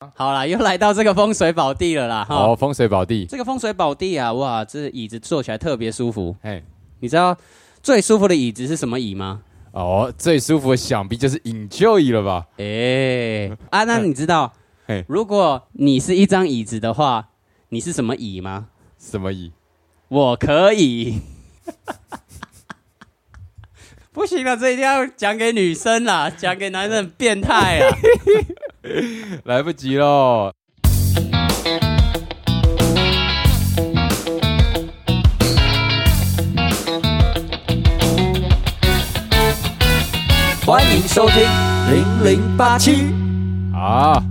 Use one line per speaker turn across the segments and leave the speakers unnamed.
啊，
好啦，又来到这个风水宝地了啦，哈、
哦，风水宝地，
这个风水宝地啊，哇，这椅子坐起来特别舒服。
哎，
你知道最舒服的椅子是什么椅吗？
哦，最舒服的想必就是 enjoy 了吧？
嗯
哎、啊，那你知道
嘿，
如果你是一张椅子的话，你是什么椅吗？
什么椅？
我可以。 不行了，这一定要讲给女生啦，讲给男人很变态啊！
来不及喽。
欢迎收听零零八七。
啊，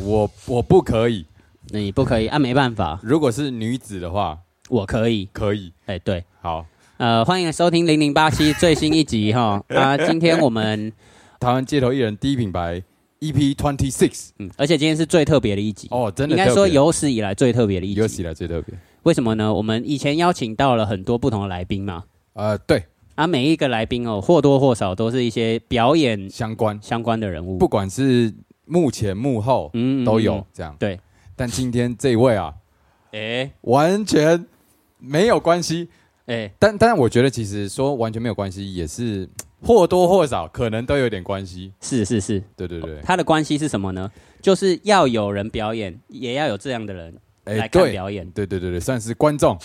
我我不可以。
你不可以啊，没办法，
如果是女子的话，
我可以。
可以。
哎、对，
好，
呃，欢迎收听零零八七最新一集 哈。啊，今天我们，
台湾街头艺人第一品牌 EP Twenty Six。
嗯，而且今天是最特别的一集，
哦，真的
应该
特别
说有史以来最特别的一
有史以
集。
来最特别。
为什么呢？我们以前邀请到了很多不同的来宾嘛，
呃，对，
啊，每一个来宾哦，或多或少都是一些表演
相关，
相关的人物，
不管是幕前幕后
嗯
都有。这样。
对，
但今天这一位啊，
哎
完全没有关系。
哎，
但但我觉得其实说完全没有关系，也是或多或少可能都有点关系。
是是是，
对对对，
他的关系是什么呢？就是要有人表演，也要有这样的人来看
哎对，
表演。
对对对对，算是观众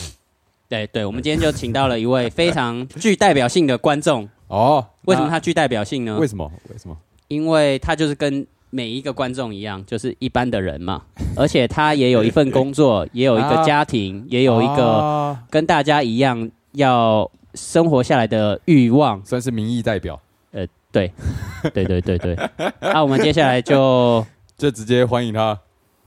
对对，我们今天就请到了一 位非常具代表性的观众。
哦。
为什么
那
他具代表性呢？
为什么？为什么？
因为他就是跟每一个观众一样，就是一般的人嘛， 而且他也有一份工作，也有一个家庭，也有一个
啊
跟大家一样要生活下来的欲望。呃
算是民意代表，
对对对对，那、我们接下来就
就直接欢迎他。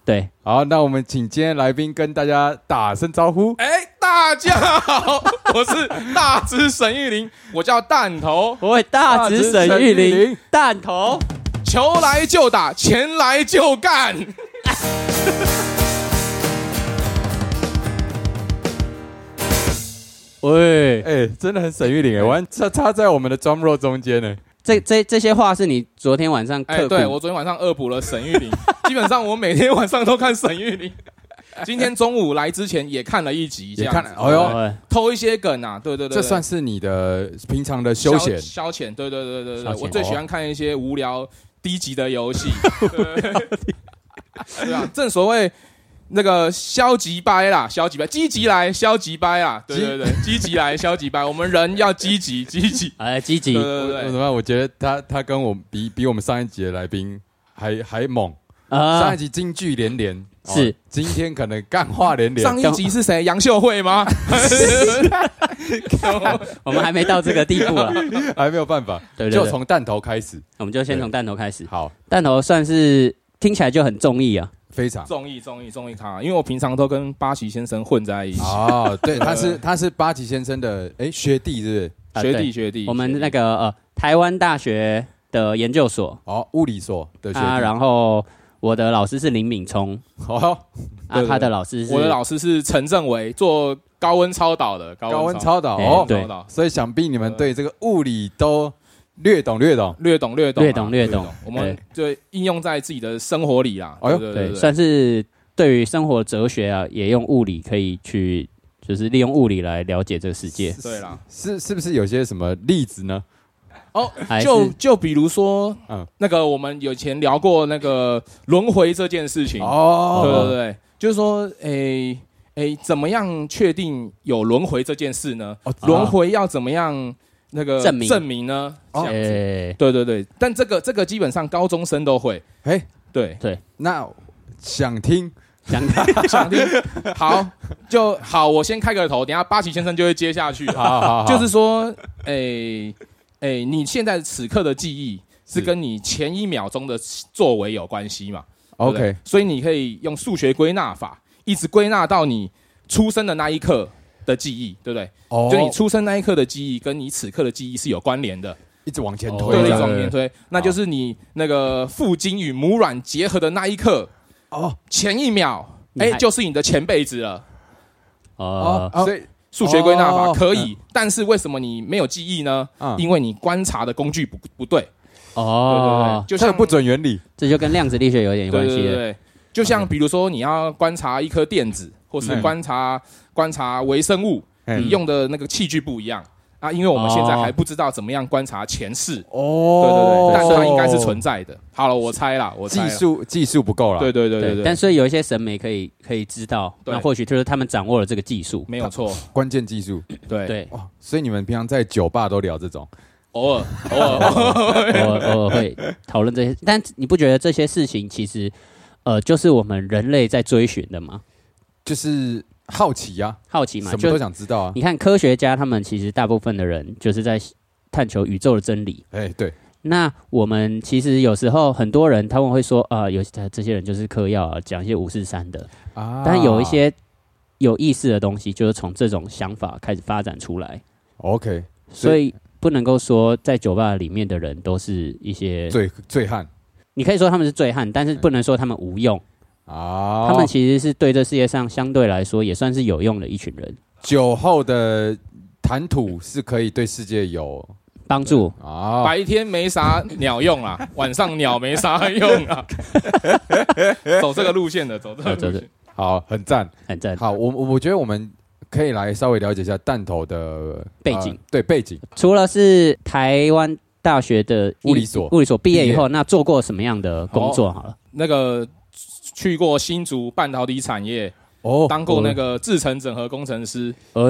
对，
好，那我们请今天来宾跟大家打声招呼。
哎、大家好，我是大只沈玉林，我叫蛋头，
我会大直沈玉林弹头。
球来就打，钱来就干。
喂，
哎，真的很沈玉玲哎，完插插在我们的 drum roll 中间呢。
这这这些话是你昨天晚上
哎、
刻骨、
对我昨天晚上恶补了沈玉林， 基本上我每天晚上都看沈玉 林。今天中午来之前也看了一集，这
也
样
看
子
了哎呦
哎
偷一些梗啊，对对对
这
对
算是你的平常的
消
休闲
消遣，对对对对对
消
对，
遣
我
哦
最喜欢看一些无聊低级的游 戏，对对啊，正所谓。那个消极掰啦，消极掰，积极来，消极掰啦，对对对，积极来，消极掰，我们人要积极，积极，
哎，积极
对
我
对
我怎
对对，
么办？我觉得他他跟我比比我们上一集的来宾还还猛，上
啊
一！集金句连连，哦
是
今天可能干话连连
上。一集是谁？杨秀慧 吗？
我们还没到这个地步啊，
还没有办法，
对对对
就从弹头开始。
我们就先从弹头开始。
好，
弹头哦算是听起来就很中意啊，
非常
综艺综艺综艺咖，因为我平常都跟巴西先生混在一起，
哦，对，他是他是巴奇先生的哎学弟，是不是？
啊
学
对
弟学弟，
我们
学弟
那个呃台湾大学的研究所
哦，物理所的学
啊，
弟。
然后我的老师是林敏聪
哦，
啊，
对对
他的老师是
我的老师是陈政维，做高温超导的，
高温超导
哎
哦，
对
超导，
所以想必你们对这个物理都略懂略懂。
略懂略懂啊
略懂略懂
我们就应用在自己的生活里啦。
哎呦
对对
对，
对
算是对于生活哲学啊，也用物理可以去，就是利用物理来了解这个世界，
对啦。
是是不是有些什么例子呢？
哦，
还是哎
就就比如说，
嗯
嗯，那个我们以前聊过那个轮回这件事情，嗯对对
哦，
对，就是说，诶诶，怎么样确定有轮回这件事呢？
哦
轮回要怎么样那个
证明
证明呢？
哦
这样子，
哎
对对对，但这个这个基本上高中生都会，
哎，
对，
那想 听
讲
想听，好，就好，我先开个头，等一下八旗先生就会接下去了。
好好好
就是说，诶、诶、你现在此刻的记忆是跟你前一秒钟的作为有关系嘛对不对
OK，
所以你可以用数学归纳法，一直归纳到你出生的那一刻的记忆，对不对？
哦
就你出生那一刻的记忆跟你此刻的记忆是有关联的，
一直往前
哦
推这
对，一直
样，
往前推，那就是你那个父精与母卵结合的那一刻，
哦
前一秒，
你
哎、
还
就是你的前辈子了。
呃
哦，，所以
数学归纳法
哦
可以，但是为什么你没有记忆呢？
嗯
因为你观察的工具不不对。
哦，
对对对，就
这个
像
不准原理，
这就跟量子力学有点关系
对对
了。
对，就像比如说你要观察一颗电子，或是
嗯
观察、观察微生物，
嗯
你用的那个器具不一样啊，因为我们现在还不知道怎么样观察前世，
哦
对对对，但它应该是存在的。好了，我猜啦，我猜
技
啦，
术啊技术不够了，
对对对对
对
对，
但所以有一些审美可以可以知道，
对
那或许就是他们掌握了这个技术。
没有错，
关键技术
对，
对，
哦，所以你们平常在酒吧都聊这种，
偶尔偶尔，
我偶尔会讨论这些，但你不觉得这些事情其实，呃，就是我们人类在追寻的吗？
就是好奇啊，
好奇嘛，
什么
就
都想知道啊。
你看科学家他们其实大部分的人就是在探求宇宙的真理。
哎，对，
那我们其实有时候很多人他们会说啊、呃有呃这些人就是嗑药啊，讲一些五四三的，
啊
但有一些有意思的东西，就是从这种想法开始发展出来，
OK
所以不能够说在酒吧里面的人都是一些，
醉醉汉
你可以说他们是醉汉，但是不能说他们无用，
啊，
他们其实是对这世界上相对来说也算是有用的一群人，
酒后的谈吐是可以对世界有
帮助。
啊，
白天没啥鸟用 啦，晚上鸟没啥用 啊，走这个路线的，走这个
哦走这
路
个
线，
好，很赞。
很赞，
好，我我我觉得我们可以来稍微了解一下弹头的呃
背景
对背景
除了是台湾大学的
物理所
物理所毕业以后，那做过什么样的工作？好了，
那个。去过新竹半导体产业，
哦
当过那个制程整合工程师，水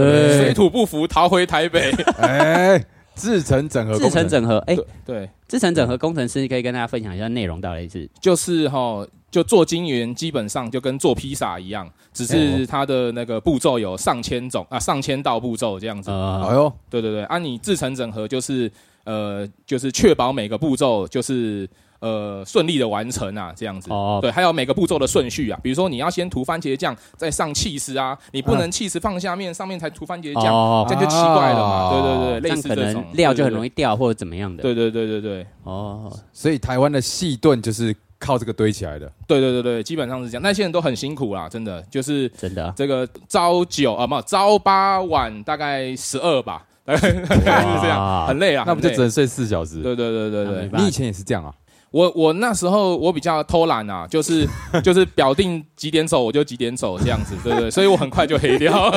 呃，
土不服，逃回台北。
哎，制成整合
制成整合，哎，
对，
制成整合工程师可以跟大家分享一下内容到底是
就是哈，就做晶圆基本上就跟做披萨一样，只是它的那个步骤有上千种啊，上千道步骤这样子。
哎
呃，
呦
对对对，啊，你制成整合就是呃，就是确保每个步骤就是呃顺利的完成啊，这样子。
哦
对，还有每个步骤的顺序啊，比如说你要先涂番茄酱，再上气司啊，你不能气司放下面，上面才涂番茄酱，
哦，
这样就奇怪了嘛。
哦
对对
这
对，类
样
似
可
这种
能料就很容
易。
易掉或者怎么样的。
对对对对对对。
哦，
所以台湾的细盾就是靠这个堆起来的。
对对对对，基本上是这样。那些人都很辛苦啦，真的就是
真的 啊，
这个朝九啊，不，朝八晚大概十二吧，大概大概是这样，
哇
很累啊。
那不就
很
只
累
能睡四小时？
对对对对
那
对
没办法
你以前也是这样啊？
我我那时候我比较偷懒啊，就是就是表定几点走我就几点走这样子，对对，对所以我很快就黑掉。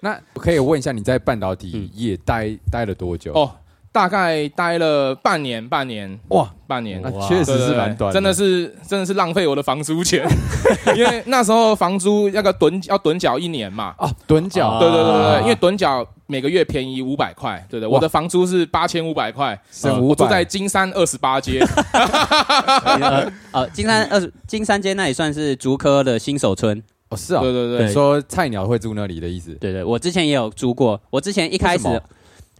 那可以问一下你在半导体业待待了多久？
哦，大概待了半年，半年，
哇，
半年
那，
哇
确实
对
是
对对
蛮短，
真的是真的是浪费我的房租钱， 因为那时候房租那个趸要趸缴一年嘛，
啊，趸
啊
脚
对对对对，因为趸缴每个月便宜五百块，对对，
哇
我的房租是八千五百块，啊
省
我
五
哦住在
百，
金山二十 八街，
呃呃，金山二金山街那里算是竹科的新手村。
哦是啊
对，对对，
说菜鸟会住那里的意思？
对对，我之前也有租过。我之前一开
为什
始
么，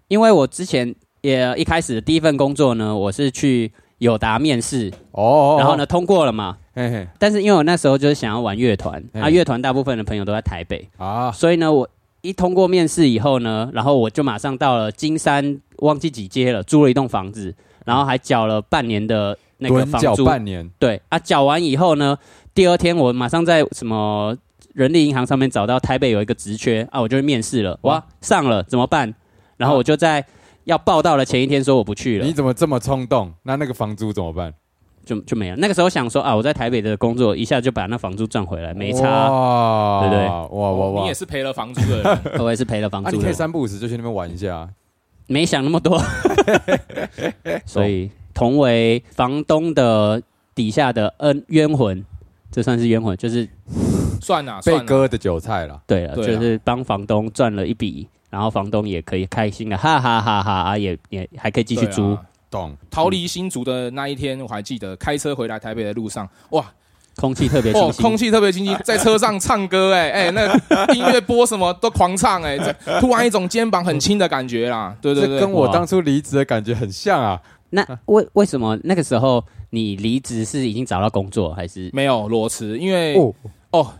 因为我之前也一开始第一份工作呢，我是去友达面试，
哦，
然后呢？通过了嘛。
嘿嘿
但是因为我那时候就是想要玩乐团，
嗯
啊，乐团大部分的朋友都在台北，
啊，
所以呢，我一通过面试以后呢，然后我就马上到了金山，忘记几街了，租了一栋房子，然后还缴了半年的那个
趸
房
脚
租。
半年，
对啊，缴完以后呢，第二天我马上在什么人力银行上面找到台北有一个职缺啊，我就去面试了，哇，上了怎么办？然后我就在要报道的前一天说我不去了
你，怎么这么冲动？那那个房租怎么办？
就就没了。那个时候想说啊，我在台北的工作一下就把那房租赚回来，没差，
哇
对不对
哇哇哇！
哦你也是赔了房租的 人，
我也是赔了房
啊，
租
你可以
的，
三不五时就去那边玩一下。
没想那么 多。所以同为房东的底下的恩冤魂，这算是冤魂，就是
算了
被
算啊了，
割的韭菜啦。
对了，
对啊
就是帮房东赚了一笔，然后房东也可以开心的，哈哈哈哈啊，也也还可以继续
对啊
租。
懂
逃离新竹的那一天，我还记得开车回来台北的路上，哇，
空气特别
哦
清，新，
空气特别清
哎
新，在车上唱歌，哎 哎，那音乐播什么都狂唱，哎，这突然一种肩膀很轻的感觉啦，对对
这
对
跟，我
哇
当初离职的感觉很像啊！
那为为什么那个时候你离职是已经找到工作还是？
没有裸辞，因为
哦，
哦，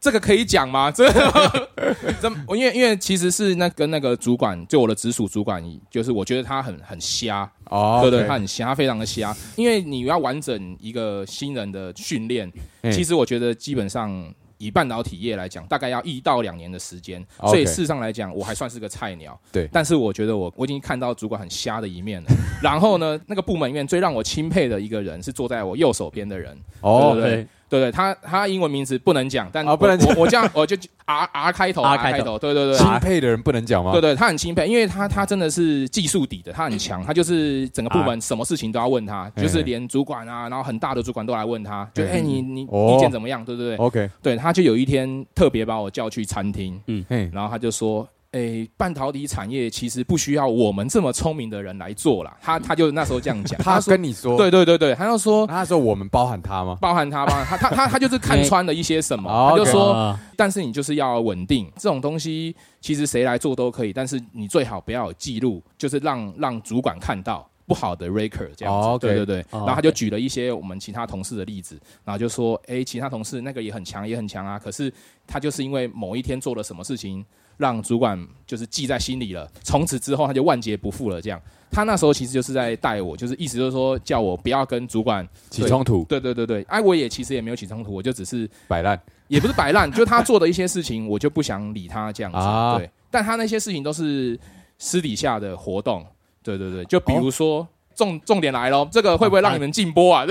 这个可以讲吗？ 这这，我因为因为其实是那跟那个主管，就我的直属主管，就是我觉得他很很瞎，
哦，
对对，
OK
他很瞎，他非常的瞎。因为你要完整一个新人的训练，
嗯
其实我觉得基本上。以半导体业来讲，大概要一到两年的时间，
OK
所以事实上来讲，我还算是个菜鸟。
对
但是我觉得我我已经看到主管很瞎的 一面了。然后呢，那个部门里面最让我钦佩的一个人是坐在我右手边的人，
哦，
对对对对，他他英文名字不能讲，但
啊
我
不能讲
我我这样我就 R R 开头
R
开
开
头，对对对，
钦佩的人不能讲吗？
对对，他很钦佩，因为他他真的是技术底的，他很强，他就是整个部门什么事情都要问他，
嗯
就是连主管啊，然后很大的主管都来问他，就
嗯
哎、你你
哦
意见怎么样，对对对，
，OK，
对，他就有一天特别把我叫去餐厅，
嘿，
然后他就说。哎，半导体产业其实不需要我们这么聪明的人来做啦。他他就那时候这样 讲，
他
说
跟你说，
对对对对，他就说
那时候我们包含他吗？
包含他包含他他他他就是看穿了一些什么，
哎
他就
对
说
啊
但是你就是要稳定，这种东西其实谁来做都可以，但是你最好不要有记录，就是让让主管看到不好的 raker 这样子。
哦，OK
对对对，
哦
然后他就举了一些我们其他同事的例子，然后就说，哎，其他同事那个也很强，也很强啊，可是他就是因为某一天做了什么事情，让主管就是记在心里了，从此之后他就万劫不复了。这样，他那时候其实就是在带我，就是意思就是说叫我不要跟主管，
起冲突，
对对对对，哎、我也其实也没有起冲突，我就只是
摆烂，
也不是摆烂， 就他做的一些事情，我就不想理他这样子。
啊
对，但他那些事情都是私底下的活动。对对对，就比如说、重重点来咯，这个会不会让你们禁播啊？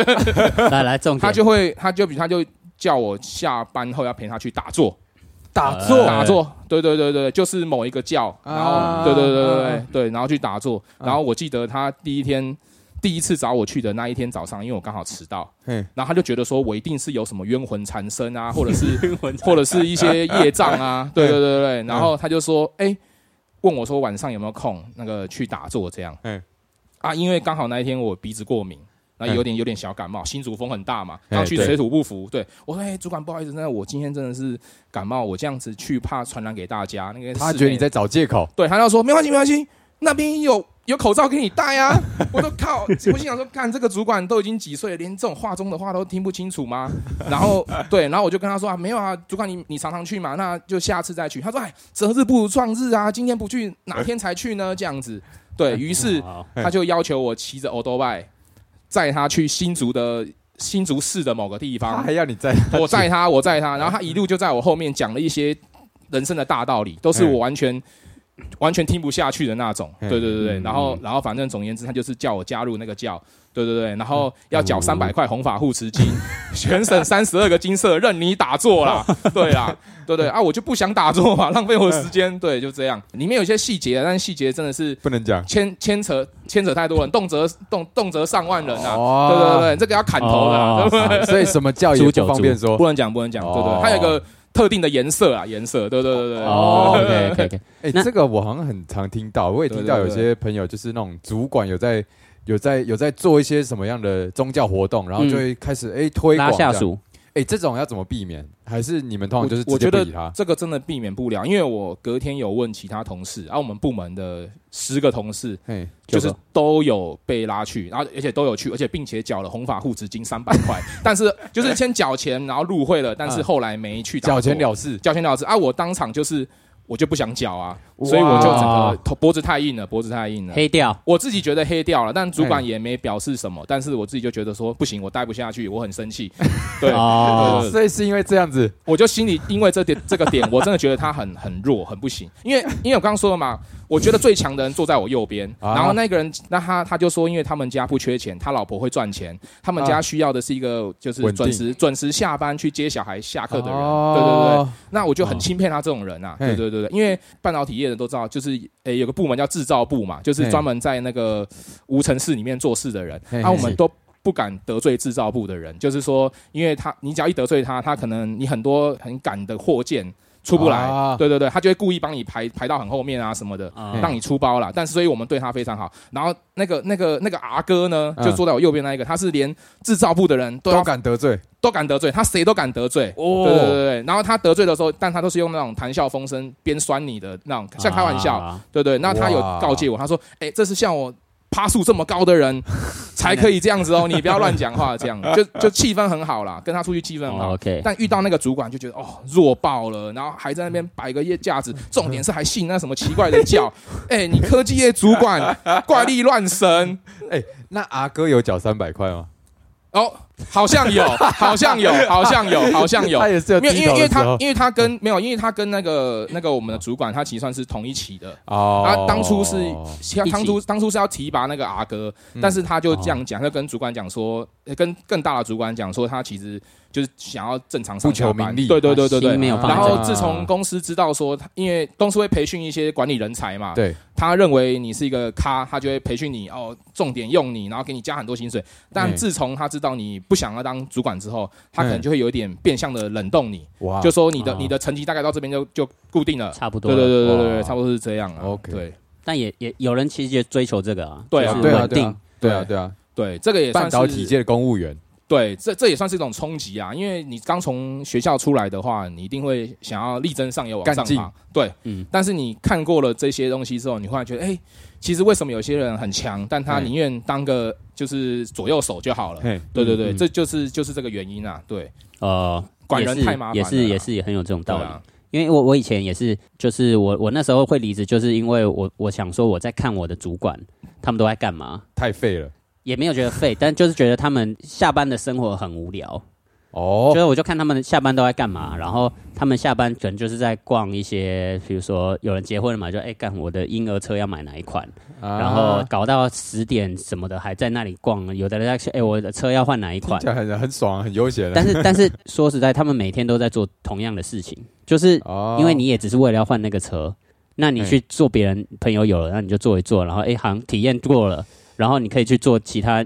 来来重点，
他就会，他就比他就叫我下班后要陪他去打坐，
打
坐
打坐。对对对对，就是某一个教，然后、
啊
对对对对
啊
对
啊
对，然后去打坐。
啊
然后我记得他第一天。第一次找我去的那一天早上，因为我刚好迟到，
嘿
然后他就觉得说我一定是有什么冤魂缠身啊，或者是
英文
或者是一 些业障啊，对对对
嗯
对，然后他就说，哎、问我说晚上有没有空，那个去打坐这样，
嗯
嗯，啊，因为刚好那一天我鼻子过敏。那有点有点小感冒，新竹风很大嘛，然后去
嗯哎对
水土不服。对我说：“哎、主管，不好意思，那我今天真的是感冒，我这样子去怕传染给大家。”那个
他
室
觉得
内
你在找借口，
对，他就说没关系，没关系，那边有有口罩给你戴啊。我说靠，我心想说，看这个主管都已经几岁了，连这种话中的话都听不清楚吗？然后对，然后我就跟他说啊，没有啊，主管你你常常去嘛，那就下次再去。他说哎，择日不如撞日啊，今天不去，哪天才去呢？这样子，
哎
对于是
好
他就要求我骑着 o d o b i 载他去新竹的新竹市的某个地
他
方
还，要你在，
我载他，我载他，然后他一路就在我后面讲了一些人生的大道理，都是我完全、完全听不下去的那种。
嗯
对对对对，
嗯
然后然后反正总而言之，他就是叫我加入那个教，对对对，然
嗯
后要缴三百块红法护持金，全省三十二个金色任你打 坐啦，对啦。对对啊，我就不想打坐嘛，浪费
嗯
我的时间。对，就这样。里面有些细节，啊但是细节真的是
不能讲，
牵牵扯牵扯太多人，动辄动动辄上万人啊。
哦
对对对，这个要砍头的啊、
哦
对不对？
所以什么教也不方便说
不。能讲，不能讲，
哦
对对，它有一个特定的颜色啊，颜色，对对对对。
哦，OK OK OK，
哎、
那
这个我好像很常听到，我也听到有
对对对
些朋友就是那种主管有在有在有在做一些什么样的宗教活动，然后就会开始哎、推广
拉下
这样，
属
哎、这种要怎么避免？还是你们通常就是
我
直接
觉
不
得
理他？
这个真的避免不了，因为我隔天有问其他同事，啊，我们部门的十个同事
嘿，
就是
九个
都有被拉去，然后而且都有去，而且并且缴了红发护持金三百 块，但是就是先缴钱，然后入会了，但是
嗯
后来没去打
缴
坐
钱了事，
缴钱了之啊，我当场就是我就不想缴啊，所以我就整
哇
个头脖子太硬了，脖子太硬了，
黑掉，
我自己觉得黑掉了，但主管
哎
也没表示什么，但是我自己就觉得说不行，我待不下去，我很生 气。对，
啊
哦
对对对
所以是因为这样子，
我就心里因为这点这个点，我真的觉得他很很弱，很不行。因为因为我刚刚说了嘛，我觉得最强的人坐在我右边，
啊
然后那个人那他他就说，因为他们家不缺钱，他老婆会赚钱，他们家需要的是一个就是
啊稳定
准时准时下班去接小孩下课的人。对对对。
哦
那我就很钦佩他这种人啊，
嘿
对对对对，因为半导体业的都知道，就是诶、有个部门叫制造部嘛，就是
嘿
专门在那个无尘室里面做事的人
嘿，嘿
啊，我们
是
都。不敢得罪制造部的人，就是说，因为他，你只要一得罪他，他可能你很多很赶的货件出不来，
啊嗯
对对对，他就会故意帮你排排到很后面啊什么的，
啊
让你出包啦。但是，所以我们对他非常好。然后那个那个那个阿哥呢，
嗯
就坐在我右边那一个，他是连制造部的人都
都
要
敢得罪
都敢得罪，他谁都敢得罪。
哦
对对对对，然后他得罪的时候，但他都是用那种谈笑风生、边酸你的那种，像开玩笑。
啊
对对，那他有
哇
告诫我，他说：“哎、这是像我趴树这么高的人 才可以这样子哦，你不要乱讲 话，这样就就气氛很好啦，跟他出去气氛很好。
哦，OK，
但遇到那个主管就觉得哦弱爆了，然后还在那边摆个夜架子，重点是还信那什么奇怪的教， 哎、你科技业主管怪力乱神
那阿哥有缴三百块吗？
哦，好像有，好像有，好像有，好像有
他。也是有
没有，因
低头的
为因为
时
他
候
因为他跟没有，因为他跟那个那个我们的主管，他其实算是同一起的。
哦
他当初是
一起嗯
当初当初是要提拔那个阿哥，但是他就这样讲，他跟主管讲说，呃跟更大的主管讲说，他其实就是想要正常上
不求
下班。
名利
对对对对对
心。没有放在
然
这里
后自从公司知道说，他因为公司会培训一些管理人才嘛，
对
他认为你是一个咖，他就会培训你哦，重点用你，然后给你加很多薪水。但
嗯
自从他知道你不想要当主管之后，他可能
嗯
就会有一点变相的冷冻你，
哇
就说你的
啊
哦
你的成绩大概到这边就就固定了。
差不多
对
了。
对对对对对，
哇
差不多是这样啊。
OK
对
但也也有人其实也追求这个啊，
对啊
就是
对啊
稳定，
对啊对啊，
对，这个也算
半
是
导体界的公务员
对，这这也算是一种冲击啊，因为你刚从学校出来的话，你一定会想要力争上游，往上
干劲
爬。对，
嗯
但是你看过了这些东西之后，你忽然觉得，哎、其实为什么有些人很强，但他
嗯
宁愿当个就是左右手就好了？
嘿
对对对，
嗯嗯
这就是就是这个原因啊。对，
呃，
管
也
人
是
太麻烦
也
了
是
啦
也是也很有这种
对
道理。
啊，
因为我我以前也是，就是我我那时候会离职，就是因为我我想说我在看我的主管他们都在干嘛，
太废了
也没有觉得废，但就是觉得他们下班的生活很无聊，
哦
所以我就看他们下班都在干嘛，然后他们下班可能就是在逛一些，比如说有人结婚了嘛，就哎干、我的婴儿车要买哪一款，
啊
然后搞到十点什么的还在那里逛，有的人在哎、我的车要换哪一款
听起，来很很爽很悠闲啊的，
但是但是说实在，他们每天都在做同样的事情，就是
哦
因为你也只是为了要换那个车，那你去做别人朋友有了，那你就做一做，然后哎，好像体验过了，然后你可以去做其他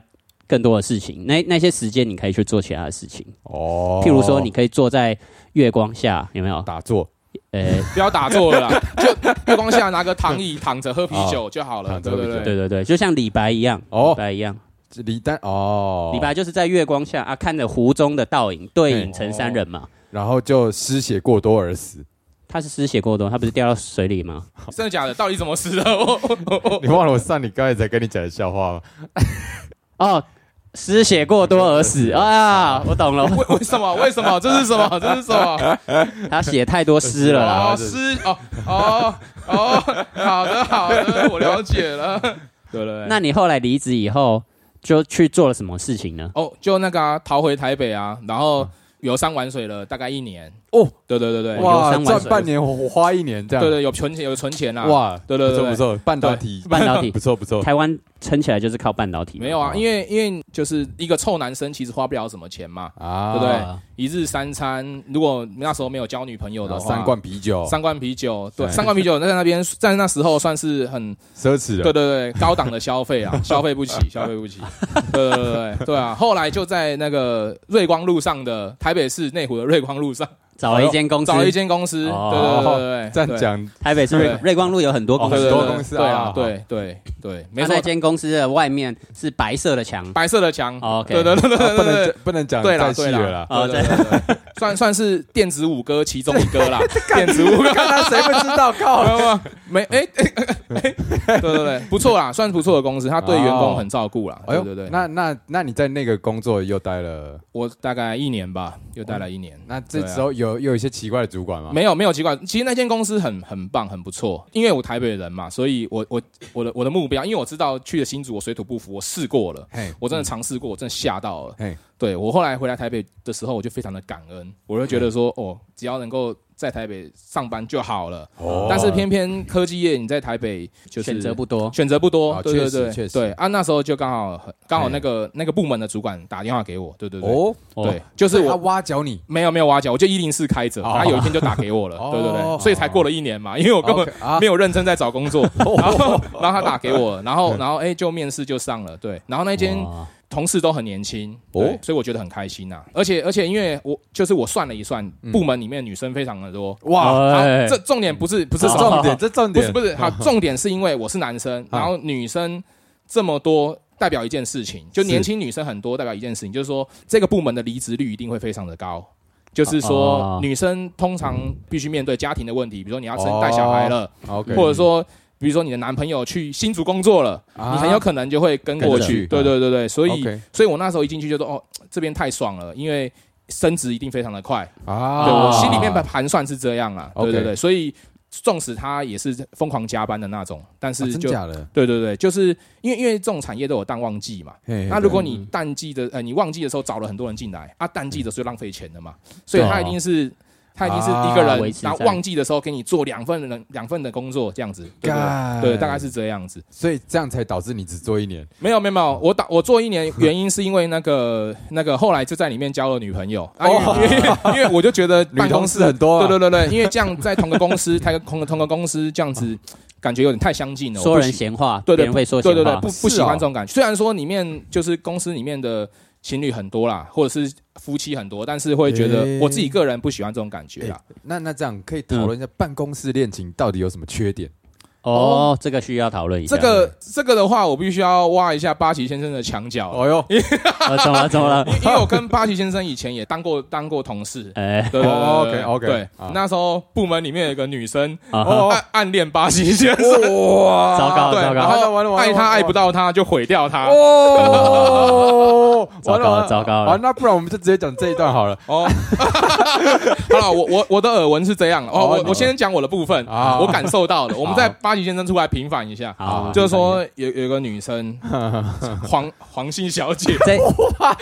更多的事情。那那些时间你可以去做其他的事情，
哦，
譬如说你可以坐在月光下，有没有？
打坐
呃，
不要打坐了啦， 就月光下拿个躺 椅躺着喝啤酒就好了。
哦躺着
对
喝
对
啤酒
对
对
对对，就像李白一样，
哦
李白一样，
李丹哦，
李白就是在月光下啊，看着湖中的倒影，对影
嗯
成三人嘛。
然后就失血过多而死，
他是失血过多，他不是掉到水里吗？
真的假的？到底怎么死的？ 我我我
你忘了我上你刚才才跟你讲的笑话吗？
哦，失血过多而 死啊！我懂了，
为为什么？为什么？ 这是什么？这是什么？
他写太多诗了
啊
啦。
哦，是哦，哦，哦，好的，好的，我了解了。对对
那你后来离职以后，就去做了什么事 情呢？
哦，就那个啊，逃回台北啊，然后游山玩水了大概一年。
哦，
对对对对，
哇游
哇，
山玩
赚
水
半年我花一年这样，
对对，有存钱，有存钱啊。
哇，
对对对对
不错不错，半导体
半导体
不，错不错，
台湾撑起来就是靠半导体嘛。
没有啊，
哦
因为因为就是一个臭男生，其实花不了什么钱嘛，
啊
对不对
啊
一日三餐。如果那时候没有交女朋友的
然后
话，
啊三罐啤酒，
三罐啤酒，对，
对
三罐啤酒在那边在那时候算是很
奢侈
对
了，
对对，高档的消 费啊，消费不起，消费不起。对对对对对啊！后来就在那个瑞光路上的台北市内湖的瑞光路上
找了一间公司，
找了一间公司，
哦
对对对对对，
这样
对
讲
台北是不是
对
瑞光路有很多公
对
司，
对对
很多公司啊
对啊
好，
对对对，没
啊那
错
那，间公司的外面是白色的墙。
白色的墙，
哦，OK 哦
对对对对
啊
对
不
对
能
对
讲不能讲
对啦
太细
对啦
了啦，
对对对，对算算是电子五哥其中一哥 啦，电子五哥。
看他谁不知道，靠，
没哎哎哎，对对对，不错啦，算是不错的公司，他对员工很照顾啦。
哎
对
呦
对啊对，，
那那那你在那个工作又待了，
我大概一年吧，又待了一年。
那这
对啊
时候有又有一些奇怪的主管吗？
没有没有奇怪，其实那间公司很很棒，很不错。因为我台北人嘛，所以我我我的我的目标，因为我知道去了新竹我水土不服，我试过了，
嘿，
我真的尝试过，我真的吓到了。
嘿，
对我后来回来台北的时候，我就非常的感恩，我就觉得说，哦，只要能够在台北上班就好了。
哦
但是偏偏科技业你在台北就是
选择不多，
选择不多
啊，
对对
确实
对
确实
对啊，那时候就刚好很刚好
嘿
那个那个部门的主管打电话给我，对对对，
哦，
对
哦，
就是
他
我
挖角你，
没有没有挖角，我就一零四开着，
哦
他有一天就打给 我了，
哦
对对对，所以才过了一年嘛， 因为我根本
OK，啊哦
没有认真在找工作， 然后然后他打给我了，然
嗯
后然后哎就面试就上了，对，然后那间
哇
同事都很年轻，
哦
对，所以我觉得很开心呐，啊而且而且因为我就是我算了一算，
嗯
部门里面女生非常的多，
哇，
好
哎
这重点不是不是
这
什么
重点，这重
不是
点
不是，好，重点是因为我是男生，
啊
然后女生这么多。代表一件事情，就年轻女生很多，代表一件事情，就是说这个部门的离职率一定会非常的高。就是
啊
说，女生通常必须面对家庭的问题，比如说你要生
哦
带小孩了，
，OK，
或者说，比如说你的男朋友去新竹工作了，
啊
你很有可能就会跟过
跟着
去。
去
对对对对，所以
OK
所以我那时候一进去就说，哦，这边太爽了，因为升职一定非常的快。
啊，
对我
哦
心里面的盘算是这样啊，对对
OK
对，所以纵使他也是疯狂加班的那种，但
啊
是
真
就、
假的？
对对对，就是因为因为这种产业都有淡旺季嘛。
嘿
那如果
哎对
你淡季的呃，你旺季的时候找了很多人进来，啊，淡季的时候就浪费钱了嘛，
啊
所以他一定是。他一定是一个
啊
人
维，持
然后
在
旺季的时候给你做两份的两份的工作，这样子，对不
干
对？对，大概是这样子。
所以这样才导致你只做一年
没有没有没有，我打我做一年，原因是因为那个那个后来就在里面交了女朋友啊，因为因为因为我就觉得
女
办
同
公
事
室
很多啊，
对对对对，因为这样在同个公司，同个同个同个公司这样子，感觉有点太相近了，我
说
不
人
喜
闲话，
对对
别人会说闲
对
话，
对对，不不
是
喜
哦
欢这种感觉。虽然说里面就是公司里面的情侣很多啦，或者是夫妻很多，但是会觉得
诶
我自己个人不喜欢这种感觉啦。
那那这样可以讨论一下办公室恋情到底有什么缺点？
哦，这个需要讨论一下。
这个这个的话，我必须要挖一下巴奇先生的墙角啊，
哦哟，
呃怎么了怎么 了？
因为我跟巴奇先生以前也当过当过同事。
哎，
对
哦
对对
OK，OK，
对
啊，
那时候部门里面有一个女生
啊哈，
哦
暗暗恋巴西先生，
哇
糟糕
对，
糟
然
糕
完了完了
后
完了
爱他爱不到他就毁掉他，
哦，
糟
完
糕
了
了
完了
糟糕
啊，
了，
那不然我们就直接讲这一段好了。
哦， 好了，我我我的耳闻是这样了哦，
哦
我我先讲我的部分
啊
我感受到了。我们
好
在巴黎先生出来平反一下，
好，
就是说有有个 女生黄黄姓小姐，
这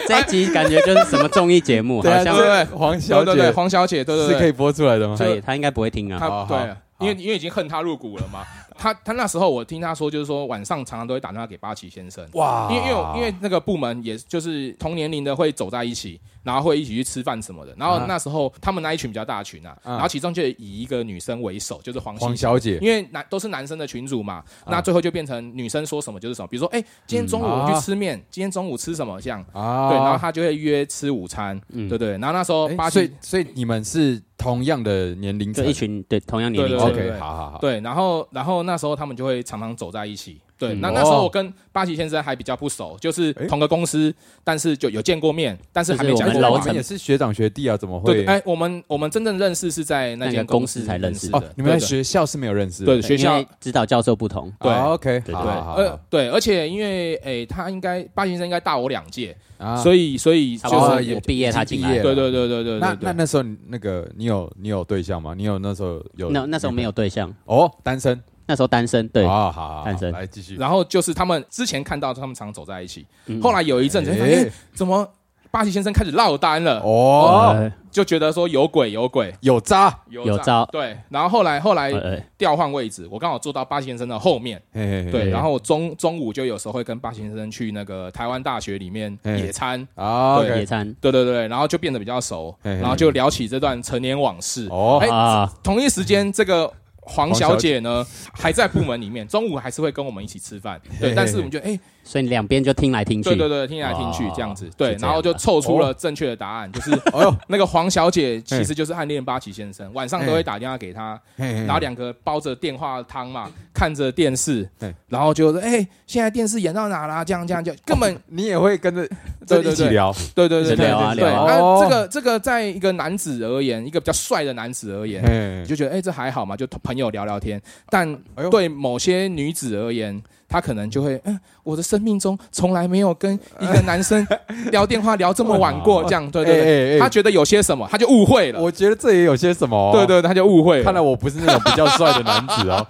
这一集感觉就是什么综艺节目，好
对
像
对啊对
黄 小
对对对，
姐
黄小姐，对
是
对
可
对，
以播出来的吗？
可以，他应该不会听啊。
好
她
好
对，因为因为已经恨她入骨了嘛。她她那时候我听她说，就是说晚上常常都会打电话给巴奇先生。
哇
因为因为我因为那个部门也就是同年龄的会走在一起，然后会一起去吃饭什么的。然后
啊
那时候他们那一群比较大群啊，
啊
然后其中就以一个女生为首，就是黄
黄
欣
小姐，
因为男都是男生的群主嘛，
啊
那最后就变成女生说什么就是什么。比如说，哎、
嗯
今天中午我们去吃面，今天中午吃什么这样。
啊
对，然后他就会约吃午餐，
嗯
对对。然后那时候
哎
巴
所
西
以所以你们是同样的年龄
就
层
一群对同样年龄
对对
层，
对
，OK，好好好，
对，然后然后那时候他们就会常常走在一起。对，
嗯
那
哦
那时候我跟巴西先生还比较不熟，就是
哎
同个公司，但是就有见过面，但是还没
就是
讲
我们
过
那
楼
话
哦你
层
们也是学长学弟啊，怎么会？
对，哎，我们我们真正认识是在
那
那
个
间
公
公司
司才认识
识
的
哦
的，，
你们在
对对
学校是没有认识的
对，学
因
校
为指导教授不同，
对
啊，OK，
对对
好
对
好好，
呃对，而且因为诶，他应该巴西先生应该大我两届，
啊
所以所以
差
就
不多
是
我毕业他进
已经
来
毕业，
对对对对对
那
对
那
对。
那时候你那个你有你有对象吗？你有那时候有
那那时候没有对象，
哦，单身
那时候单身，对
哦，，好好好
单身
来继续。
然后就是他们之前看到他们常走在一起，
嗯
后来有一阵子，哎、
哎
怎么巴西先生开始落单了，
哦，
呃
就觉得说有鬼有鬼
有渣，
有
有招
对，然后后来后来
呃
调换位置，我刚好坐到巴西先生的后面，
嘿嘿
对，
哎
然后中中午就有时候会跟巴西先生去那个台湾大学里面
哎
野餐。
啊
对
野
，OK，
餐
对对对，然后就变得比较熟，
嘿嘿
然后就聊起这段成年往事。
哦
哎
啊，
同一时间，这个黄小姐呢还在部门里面，中午还是会跟我们一起吃饭。
嘿
对，
嘿
但是我们就哎、
所以两边就听来听去，
对对对，听来听去
哦
这样子，
是
对，
这样
然后就
啊
的
凑出
哦
了正确的答案，就是
哎呦，
那个黄小 姐其实就是暗恋八旗先生，晚上都会打电话给他，
然
然后两个煲着电话汤嘛，看着电视
嘿，
然后就说哎，现在电视演到哪啦？这样这样就根本
你也会跟着
对
哦就一
对
起
对
聊，
对对对对
聊啊
对，
聊
啊
啊
哦
这个这个在一个男子而言，一个比较帅的男子而言，
嘿
你就觉得哎、这还好嘛，就朋友聊聊天。但
哎呦
对某些女子而言，她可能就会，嗯，我的生命中从来没有跟一个男生聊电话聊这么晚过，这样对对对。
哦哎哎哎
她觉得有些什么，她就误会了。
我觉得这也有些什么，哦
对。对，她就误会了。
看来我不是那种比较帅的男子 哦。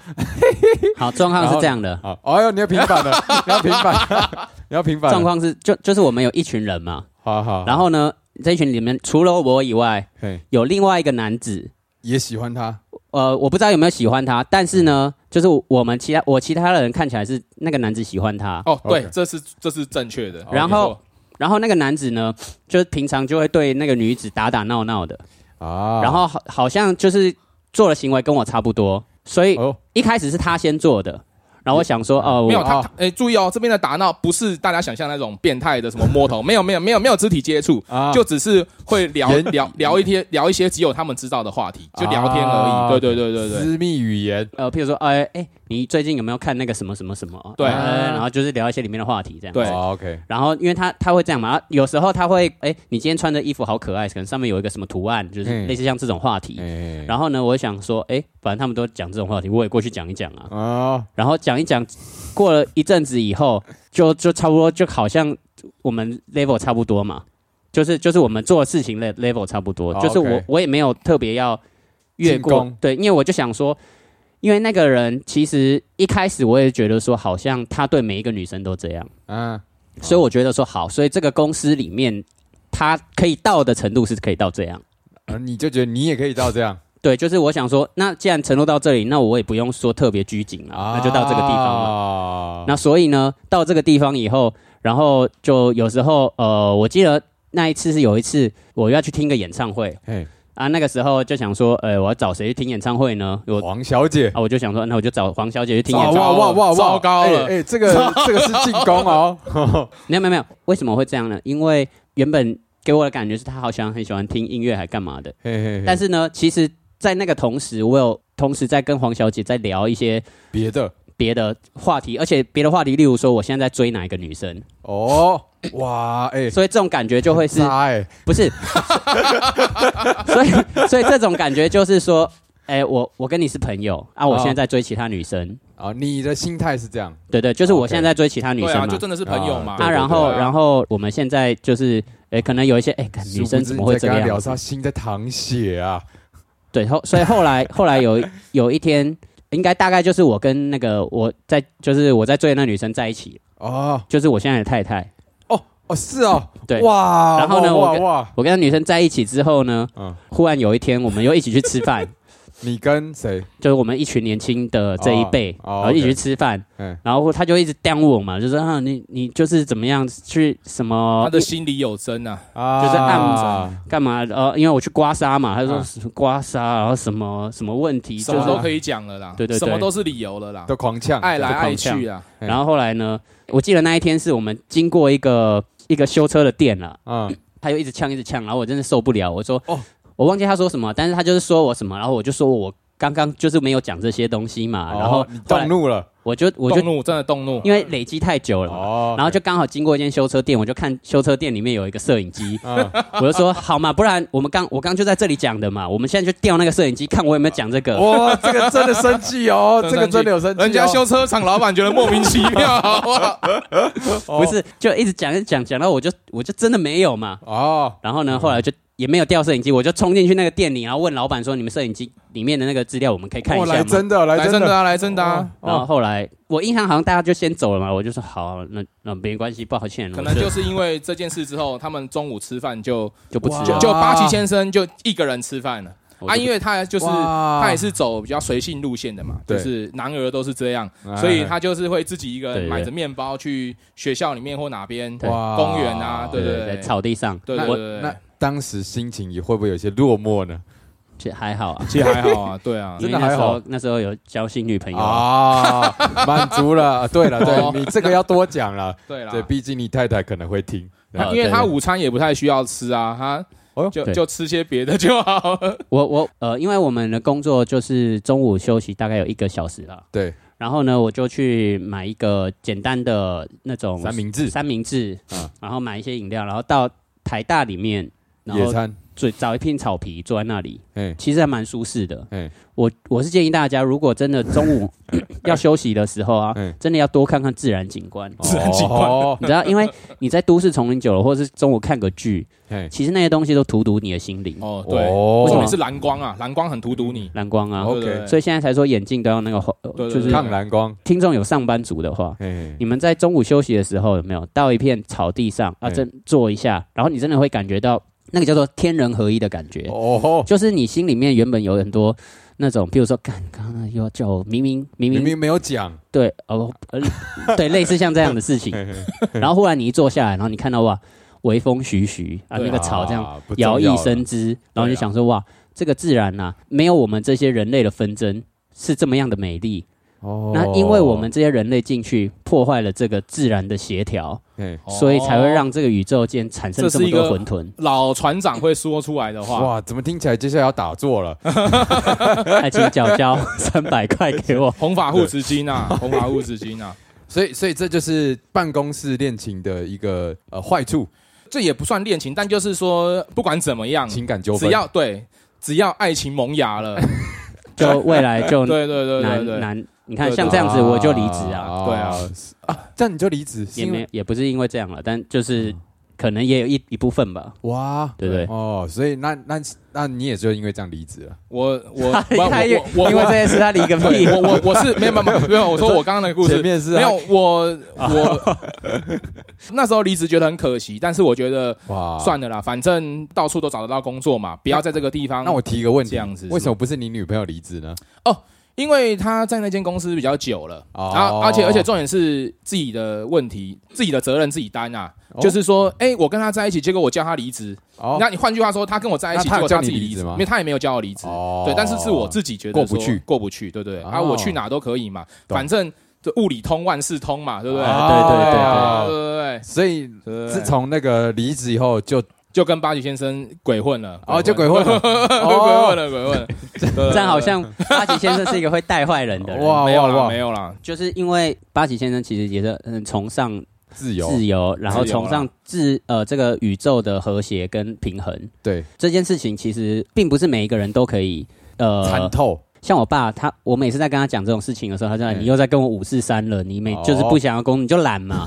好，状况是这样的，
好，哎呦，你要平反了，你要平反， 你要平反了。
状况是就就是我们有一群人嘛，
好
哦
好，
然后呢，这一群里面除了我以外，
嘿，
有另外一个男子，
也喜欢他，
呃，我不知道有没有喜欢他，但是呢，就是我们其他我其他的人看起来是那个男子喜欢他，
哦，对
OK，
这是这是正确的。
然后
没错
然后那个男子呢，就是平常就会对那个女子打打闹闹的，
啊，
然后好好像就是做的行为跟我差不多，所以
哦，
一开始是他先做的，然后我想说，哦，
没有
我
她，
哦
她哎，注意哦，这边的打闹不是大家想象那种变态的什么摸头，没 有没有没有没有肢体接触，
啊
就只是会聊
言
聊聊一些聊一些只有他们知道的话题，就聊天
啊
而已。对对对对对。
私密语言，
呃，譬如说，哎、哎、你最近有没有看那个什么什么什么？
对
哎然后就是聊一些里面的话题这样。
对
哦，OK，
然后，因为他他会这样嘛，啊有时候他会，哎、你今天穿的衣服好可爱，可能上面有一个什么图案，就是
嗯
类似像这种话题。
哎，
然后呢，我想说，哎、反正他们都讲这种话题，我也过去讲一讲啊。
啊，
然后讲一讲，过了一阵子以后，就就差不多，就好像我们 level 差不多嘛，就是就是我们做的事情的 level 差不多，
哦
就是我
OK
我也没有特别要越
进
过
攻，
对，因为我就想说，因为那个人其实一开始我也觉得说，好像他对每一个女生都这样，
嗯，
所以我觉得说好，所以这个公司里面他可以到的程度是可以到这样。
而啊你就觉得你也可以到这样
对，就是我想说，那既然承诺到这里，那我也不用说特别拘谨了，
啊，
那就到这个地方了。
了
那所以呢，到这个地方以后，然后就有时候，呃，我记得那一次是有一次我要去听个演唱会
哎，
啊，那个时候就想说，呃，我要找谁去听演唱会呢？我
黄小姐，
啊，我就想说，那我就找黄小姐去听演
哇
唱会。
哇哇哇哇，
糟糕了
哎哎，这个 这个是进攻哦，
没有没有没有，为什么会这样呢？因为原本给我的感觉是他好像很喜欢听音乐，还干嘛的。
嘿嘿嘿
但是呢，其实，在那个同时，我有同时在跟黄小姐在聊一些
别的
别的话题，而且别的话题，例如说我现在在追哪一个女生，
哦，哇，哎，
所以这种感觉就会是
很渣哎，
不是？ 所以所以这种感觉就是说，哎、我我跟你是朋友啊，我
哦
现在在追其他女生，
啊，你的心态是这样，
对对，就是我
哦 OK
现在在追其他女
对
生嘛
啊，，就真的是朋友嘛。
啊
啊，
对
然后
对啊
然后我们现在就是，诶，可能有一些，诶，看女
殊不
生
知
怎么会
你
这
在跟他
样
聊？是他心在淌血啊，
对，后所以后 来后来有有一天，应该大概就是我跟那个我在就是我在追的那女生在一起，
哦
就是我现在的太太。
哦哦，是哦，
对
哇，
然后呢
哇
我
哇
跟
哇，
我跟那女生在一起之后呢，
嗯，
忽然有一天我们又一起去吃饭，
你跟谁？
就是我们一群年轻的这一辈，
哦哦
然后一起
OK
去吃饭，
嗯
然后他就一直刁我嘛，就说啊你你就是怎么样去什么
他的心里有针啊，
啊
就是按干嘛？呃，因为我去刮痧嘛，他说
嗯
什么刮痧，然后什么什么问题，
什
就是啊
么
说
都可以讲了啦，
对对对
什么都是理由了啦，
都狂呛，
爱来
都
爱
狂呛
去啊，
哎
然后后来呢，我记得那一天是我们经过一个一个修车的店了，
嗯，
他就一直呛一直呛，然后我真的受不了，我说哦
哦，
我忘记他说什么，但是他就是说我什么，然后我就说我刚刚就是没有讲这些东西嘛，啊然后
哦你
后来
动怒了，
我就我就
动怒真的动怒，
因为累积太久了嘛。
哦，
然后就刚好经过一间修车店，我就看修车店里面有一个摄影机，
嗯，
我就说好嘛，不然我们刚我刚就在这里讲的嘛，我们现在就调那个摄影机，看我有没有讲这个。
哇，这个真的生 气哦，这个真的有生气哦，
人家修车厂老板觉得莫名其妙，好不好？
不是，就一直讲一直讲讲到我就我就真的没有嘛。
哦，
然后呢，后来就也没有掉摄影机，我就冲进去那个店里，然后问老板说：“你们摄影机里面的那个资料，我们可以看一
哦，
下
来
吗
真的，来
来真
真
的
的，
啊，来真的啊，
哦
然后后来我印象好像大家就先走了嘛，我就说好啊、那那没关系，抱歉，
可
我
能就是因为这件事之后，他们中午吃饭就
就不吃
哇
就
了。
就八旗先生就一个人吃饭了
我就
啊，
不
因为他就是
哇
他也是走比较随性路线的嘛，就
对
是男儿都是这样，
哎
所以他就是会自己一个
啊对对
人买着面包去学校里面或哪边
对
哇
公园啊，对
对
对
对
对
在，草地上，
对对
我
对
那
对，
当时心情也会不会有些落寞呢？
其实还好啊，
其实还好啊，对啊，
因
真
为
的
那时
还好
候那时候有交新女朋友啊，
啊，满足了。对了，
哦啊
对你这个要多讲 了，
对啦，
对，毕竟你太太可能会听。
啊
因为他
对
午餐也不太需要吃啊，
哦
他就
对
就吃些别的就好了。
我我呃，因为我们的工作就是中午休息大概有一个小时了，
对，
然后呢，我就去买一个简单的那种
三明治
三明治，
啊
然后买一些饮料，然后到台大里面，然
野
后
餐，
最找一片草皮坐在那里，
哎
其实还蛮舒适的。
哎，
我我是建议大家，如果真的中午 要休息的时候啊
嗯，
真的要多看看自然景观。
自然情 况，
你知道，因为你在都市丛林久了，或者是中午看个剧，
哎，
其实那些东西都荼毒你的心灵，
哦，对，
为什
哦
重
么
点是蓝光啊，蓝光很荼毒你。
蓝光啊。
对
OK
对对
所以现在才说眼镜都要那个红，呃
对对
就是
对
抗蓝光，
听众有上班族的话，
哎，
你们在中午休息的时候有没有到一片草地上啊，
嗯
真坐一下，然后你真的会感觉到那个叫做天人合一的感觉，
哦，
就是你心里面原本有很多那种，比如说干，刚刚又要叫我明明明
明
明
明没有讲，
对哦，呃 对，类似像这样的事情，
嘿嘿
然后忽然你一坐下来，然后你看到哇，微风徐徐啊，
对
那个草这样
啊不重
摇
要
曳
了啊
生姿，然后你就想说哇，这个自然呐、啊没有我们这些人类的纷争是这么样的美丽。
哦
那因为我们这些人类进去破坏了这个自然的协调，
哎
所以才会让这个宇宙间产生
哦这
这
是
么
一个
多混沌。
老船长会说出来的话。
哇，怎么听起来接下来要打坐 了？
还请缴交三百块给 我。
红发护纸巾啊， 红发护纸巾啊，
所以，所以这就是办公室恋情的一个呃坏处，
这也不算恋情，但就是说，不管怎么样，
情感纠纷。
嗯只要对，只要爱情萌芽 了，
就未来就
对对对对
难
对，
难，你看
对
像这样子我就离职啊，
对啊
哦啊，这样你就离职，是
也
因为
嗯
没也不是因为这样了，但就是。可能也有一一部分吧。
哇，
对不对
哦，所以那那那你也就因为这样离职了，
我 我
他
我
他也
我我
因为这
我
件事他离个屁。
我我我是没有没有没有没有，我说我刚刚那个故事
前面是啊
没有 我我那时候离职觉得很可惜，但是我觉得
哇，
算了啦，反正到处都找得到工作嘛，不要在这个地方。
那我提一个问题，
这样子是
为什么不是你女朋友离职呢？
因为他在那间公司比较久了，
哦
然后而且而且重点是自己的问题，自己的责任自己担啊。
哦
就是说，哎、我跟他在一起，结果我叫他离职。
哦，
那你换句话说，他跟我在一起，
那他有
结果
叫
他
你
自己
离
离
职
职，
吗
因为他也没有叫我离职。
哦
对，但是是我自己觉得
过不
说
去
过不去，对对对。啊，
哦
我去哪都可以嘛，
懂
反正这物理通万事通嘛，对不对？
哦
啊对
对
对
所以
对对
自
对，
从那个离职以后就
就跟巴吉先生鬼混了，
哦就 鬼混了，
鬼混
哦
了，鬼混了。对对 对
这样好像八旗先生是一个会带坏人的人。
哇
没有
哇
啦，
哇
没有啦，
就是因为八旗先生其实也是很崇尚
自由
自由，然后
自由啊
崇尚自呃这个宇宙的和谐跟平衡
对
这件事情，其实并不是每一个人都可以
参
呃。
透
像我爸他，我每次在跟他讲这种事情的时候，他就说：“
嗯
你又在跟我五四三了，你每
哦
就是不想要工，你就懒嘛。”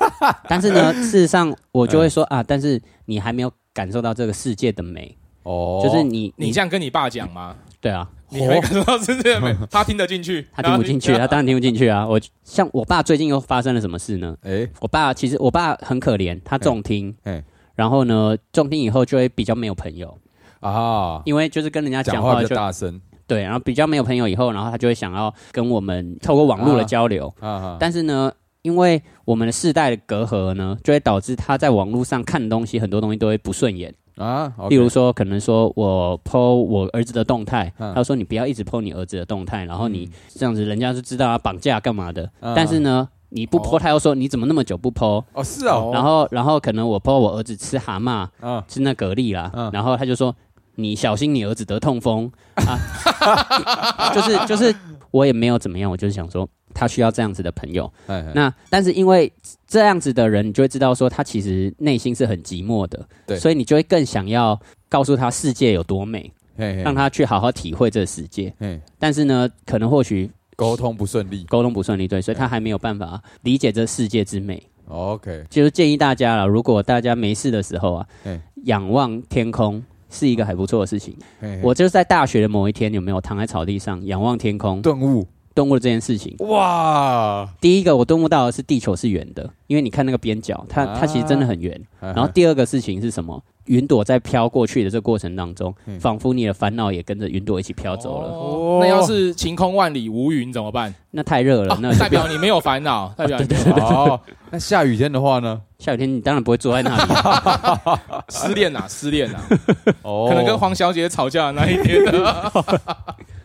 哦
但是 呢，事实上我就会说啊，但是你还没有感受到这个世界的美，
哦，
就是你
你这样跟你爸讲吗？
对啊，
你没感受到世界美，他听得进去，
他听不进 去，
然
他
后
当然听不进去啊。我像我爸最近又发生了什么事呢？
哎
我爸其实我爸很可怜，他重听
哎哎，
然后呢，重听以后就会比较没有朋友，
啊，
因为就是跟人家
讲
讲
话
话
比较
就
大声
对，然后比较没有朋友以后，然后他就会想要跟我们透过网络的
啊
交流，
啊啊，
但是呢。因为我们的世代的隔阂呢，就会导致他在网络上看东西，很多东西都会不顺眼。
啊，OK，
例如说，可能说我 PO 我儿子的动态，
嗯
他说你不要一直 PO 你儿子的动态，然后你这样子人家就知道他绑架干嘛的。
嗯
但是呢，你不 PO，
哦
他又说你怎么那么久不 PO？
哦是哦，
然后，然后可能我 PO 我儿子吃蛤蟆，
啊
吃那蛤蜊啦，
嗯
然后他就说你小心你儿子得痛风啊， 就是就是我也没有怎么样，我就是想说他需要这样子的朋友。
哎哎
那但是因为这样子的人，你就会知道说他其实内心是很寂寞的，
对
所以你就会更想要告诉他世界有多美，
嘿嘿
让他去好好体会这个世界。
嘿
但是呢，可能或许
沟通不顺利
沟通不顺利，对，所以他还没有办法理解这世界之美。
，OK，
就是建议大家了，如果大家没事的时候啊
嗯，
仰望天空是一个还不错的事情。
嘿嘿
我就是在大学的某一天，有没有躺在草地上仰望天空，
顿悟
顿悟了这件事情。
哇，
第一个我顿悟到的是地球是圆的，因为你看那个边角，它
啊
它其实真的很圆。
然
然后第二个事情是什么？云朵在飘过去的这过程当中，
嗯
仿佛你的烦恼也跟着云朵一起飘走了。
哦那要是晴空万里无云怎么办？
那太热了，那
代表你没有烦恼，代表你没有
哦，那下雨天的 话呢？
下雨天你当然不会坐在那 里啊。
失恋呐，失恋呐，
哦，
可能跟黄小姐吵架的那一天的。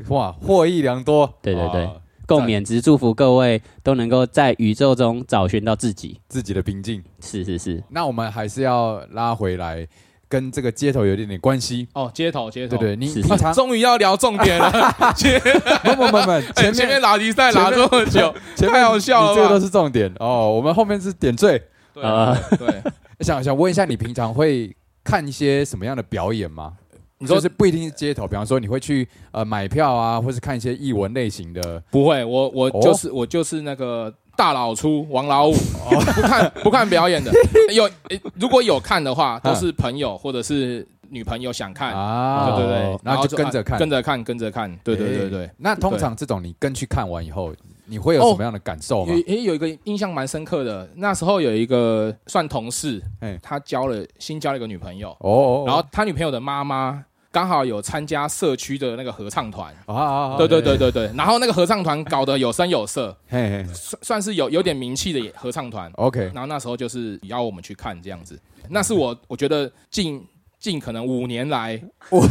哇获益良多，哦
对对对
哇，
共勉之，祝福各位都能够在宇宙中找寻到自己。
自己的平静。
是是是，
那我们还是要拉回来，跟这个街头有一点点关系。
哦，街头街头，
对对，你
是
平
啊
常
终于要聊重点了。前
不不不 不，
哎
前
前面
面
拉迪赛拉这么久，
前面
太好笑了吧
你这个都是重点哦。我们后面是点缀。
对
啊
对，
想想问一下，你平常会看一些什么样的表演吗？
你说
就是不一定是街头，比方说你会去呃买票啊，或是看一些艺文类型的
不会，我我
哦
就是我就是那个大老粗王老五，不 看不看表演的。有诶如果有看的话，都是朋友或者是女朋友想看，
啊
对对对，
然后就跟
啊
着看，
跟着看，跟着看，对对对对
哎。那通常这种你跟去看完以后，你会有什么样的感受吗
有？诶有一个印象蛮深刻的，那时候有一个算同事
哎，
他交了新交了一个女朋友，
哦，
然后他女朋友的妈妈刚好有参加社区的那个合唱团，
啊啊，啊
对对对，对对，然后那个合唱团搞得有声有色，
嘿嘿
算算是有有点名气的也合唱团，
，OK，
然后那时候就是邀我们去看这样子，那是我我觉得近近可能五年来，哦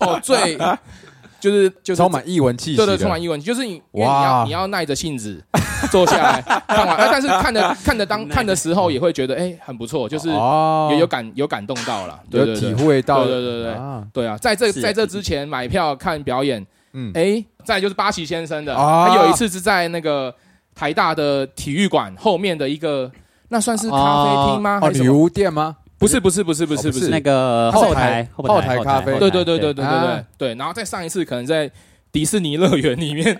哦最就是就是
充满译文气息
对
的，
对，充满疑问，就是你因为你
哇
要你要耐着性子坐下来看完，啊 但是看的看的当看的时候也会觉得哎很不错，就是
哦
也有感有感动到了，对
有
对
体
对。
会到，
对对对对
啊
对啊，在这
是
在这之前买票看表演，
嗯，
哎，再来就是巴西先生的，
啊
他有一次是在那个台大的体育馆后面的一个，那算是咖啡厅吗？
哦，
还是什
女
么？
巫店吗？
不是不是不是不
哦
是
不
不
是
是
那个
后
后
台
台
后台咖啡
对对对对对对
啊
对对，然后再上一次可能在迪士尼乐园里面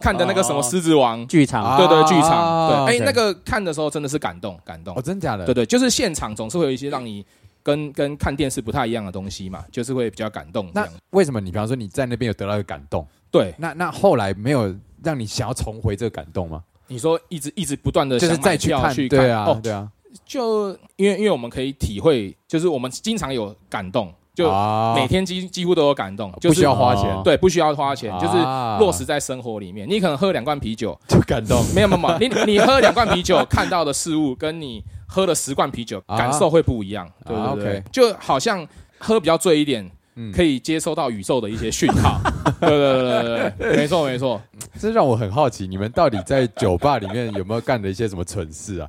看的那个什么《狮子王》
剧场
啊
对对，剧
啊
场，对，哎、
OK
那个看的时候真的是感动，感动
哦，，真假的？
对对，就是现场总是会有一些让你跟跟看电视不太一样的东西嘛，就是会比较感动这
那
样。
为什么你比方说你在那边有得到一个感动，
对，
那那后来没有让你想要重回这个感动吗？
你说一直一直不断的
就是再去
去
看，
去看，
对啊，
哦，
对啊，
就因为因为我们可以体会，就是我们经常有感动，就
啊
每天几几乎都有感动，就
不需
是
要花
哦
钱，
对，不需要花钱，就是
啊
落实在生活里面。你可能喝两罐 啤酒，
就感动。
没有没有没有，你你喝两罐啤酒看到的事物，跟你喝了十罐啤酒
啊
感受会不一样，对
啊
不对
OK？
就好像喝比较醉一点
嗯。
可以接收到宇宙的一些讯 号，对对对对对，没错没错，
这让我很好奇，你们到底在酒吧里面有没有干的一些什么蠢事 啊？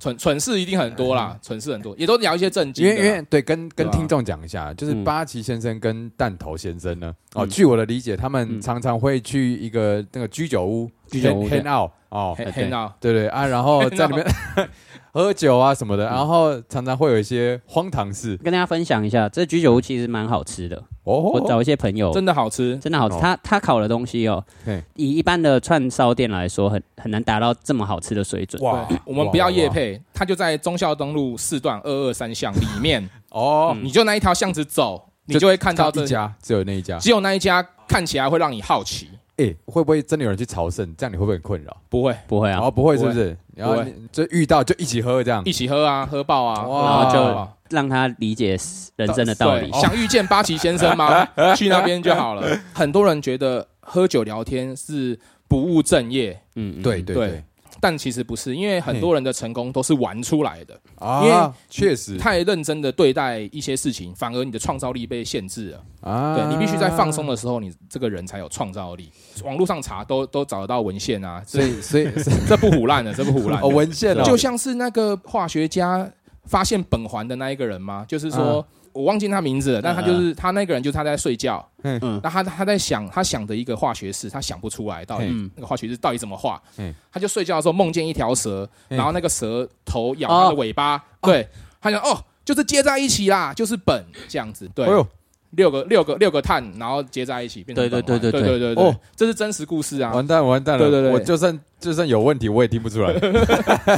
蠢蠢事一定很多啦，蠢事很多，也都聊一些正经
因
的
为哎
啦。
因为对，跟跟
对啊
听众讲一下，就是
嗯
八旗先生跟弹头先生呢，哦，
嗯
据我的理解，他们
嗯
常常会去一个那个居酒屋，
居酒屋
hang out 哦，
很
对
很闹，
对对啊，然后在里面 喝酒啊什么
嗯
的，然后常常会有一些荒唐事
跟大家分享一下，这居酒屋其实蛮好吃的。我
哦，
找一些朋友，
真的好吃，
真的好吃。
哦
他他烤的东西哦
对，
以一般的串烧店来说，很很难达到这么好吃的水准。
哇
对我们不要夜配，它就在忠孝东路四段二二三巷里 面，
哦，
你就那一条巷子走，你就会看到
就
这
一，家，只有那一家，
只有那一家看起来会让你好奇，
哎，会不会真的有人去朝圣？这样你会不会很困扰？
不会
不会啊，
哦，不会是不是？然后
不会
你就遇到就一起喝这样
一，起喝啊，喝爆啊，
哇
喝爆啊
让他理解人生的道理
对。想遇见八旗先 生吗？去那边就好了。很多人觉得喝酒聊天是不务正业，
嗯，嗯
对，对
对
对，
但其实不是，因为很多人的成功都是玩出来的。因为
啊，确实
太认真的对待一些事情，反而你的创造力被限制了。
啊
对你必须在放松的时候，你这个人才有创造力。网络上查都都找得到文献啊，
所
这
以 所以所以
这不胡乱的，这不胡乱的。
哦，文献哦，
就像是那个化学家发现苯环的那一个人嘛，就是说、我忘记他名字了，但他就是、他那个人，就是他在睡觉，
嗯
嗯
嗯
那他他在想他想的一个化学式，他想不出来到底、
嗯
那个化学式到底怎么画，
嗯
他就睡觉的时候梦见一条蛇，
嗯
然后那个蛇头咬他的尾巴，对，他想哦，就是接在一起啦，就是苯这样子，对。
哎呦，
六个六个六个碳，然后接在一起变
对
成苯
对
环
对对
对
对
对对对
哦
这是真实故事啊，
完蛋完蛋了，
对对对
我就算就算有问题，我也听不出来，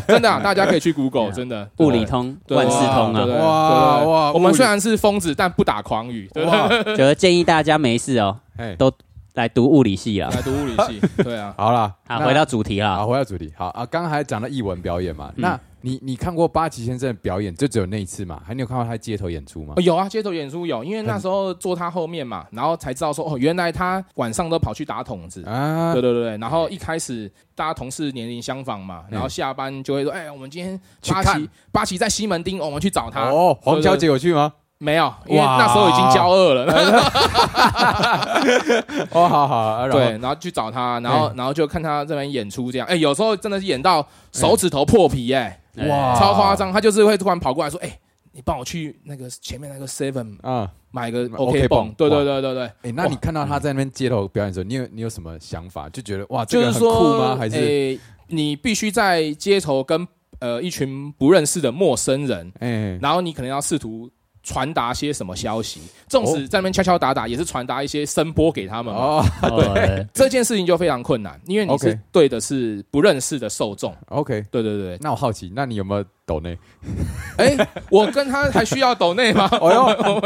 真的啊、大家可以去
对
Google，
啊
真的
物
对
理通
对
万事通
对
啊
对。对
哇
对对
哇
我
物
们
理
虽然是疯子，但不打诳语，对吧？
哇，
觉得建议大家没事哦，
哎，
来读物理系啊。
来读物理系，对啊，
好啦，
好，
那
回到主题
好
啦。
回到主题，好啊，刚刚还讲到艺文表演嘛，
嗯
那你你看过八旗先生的表演，就只有那一次嘛？还你有看过他街头演出吗
哦？有啊，街头演出有，因为那时候坐他后面嘛，然后才知道说，哦，原来他晚上都跑去打筒子。
啊
对，对对对，然后一开始大家同事年龄相仿嘛，然后下班就会说，哎，我们今天
嗯去
八
看
旗八旗在西门町，哦我们去找他。
哦，黄小姐有去吗？
没有，因为
哇哎
那时候已经交恶了。
哦，好好，啊 然，
对
后
然后去找他，然
嗯
后然后就看他这边演出这样。哎，有时候真的是演到手指头破皮，哎，
对
哇，
超夸张，他就是会突然跑过来说：“哎、你帮我去那个前面那个 Seven
啊！
买个
买 OK
OK
绷
泵。”对
哇
对对对对，
哎，那你看到他在那边街头表演的时候，你有你有什么想法？就觉得哇，这个
就是
很
说，
酷吗？还是
诶你必须在街头跟呃一群不认识的陌生人，
哎
然后你可能要试图传达些什么消息，纵使在那边敲敲打打，也是传达一些声波给他们嘛。
哦
对，
这件事情就非常困难，因为你是
OK
对的是不认识的受众。
，OK，
对 对对，
那我好奇，那你有没有抖内？
哎、我跟他还需要抖内吗？
哦哟，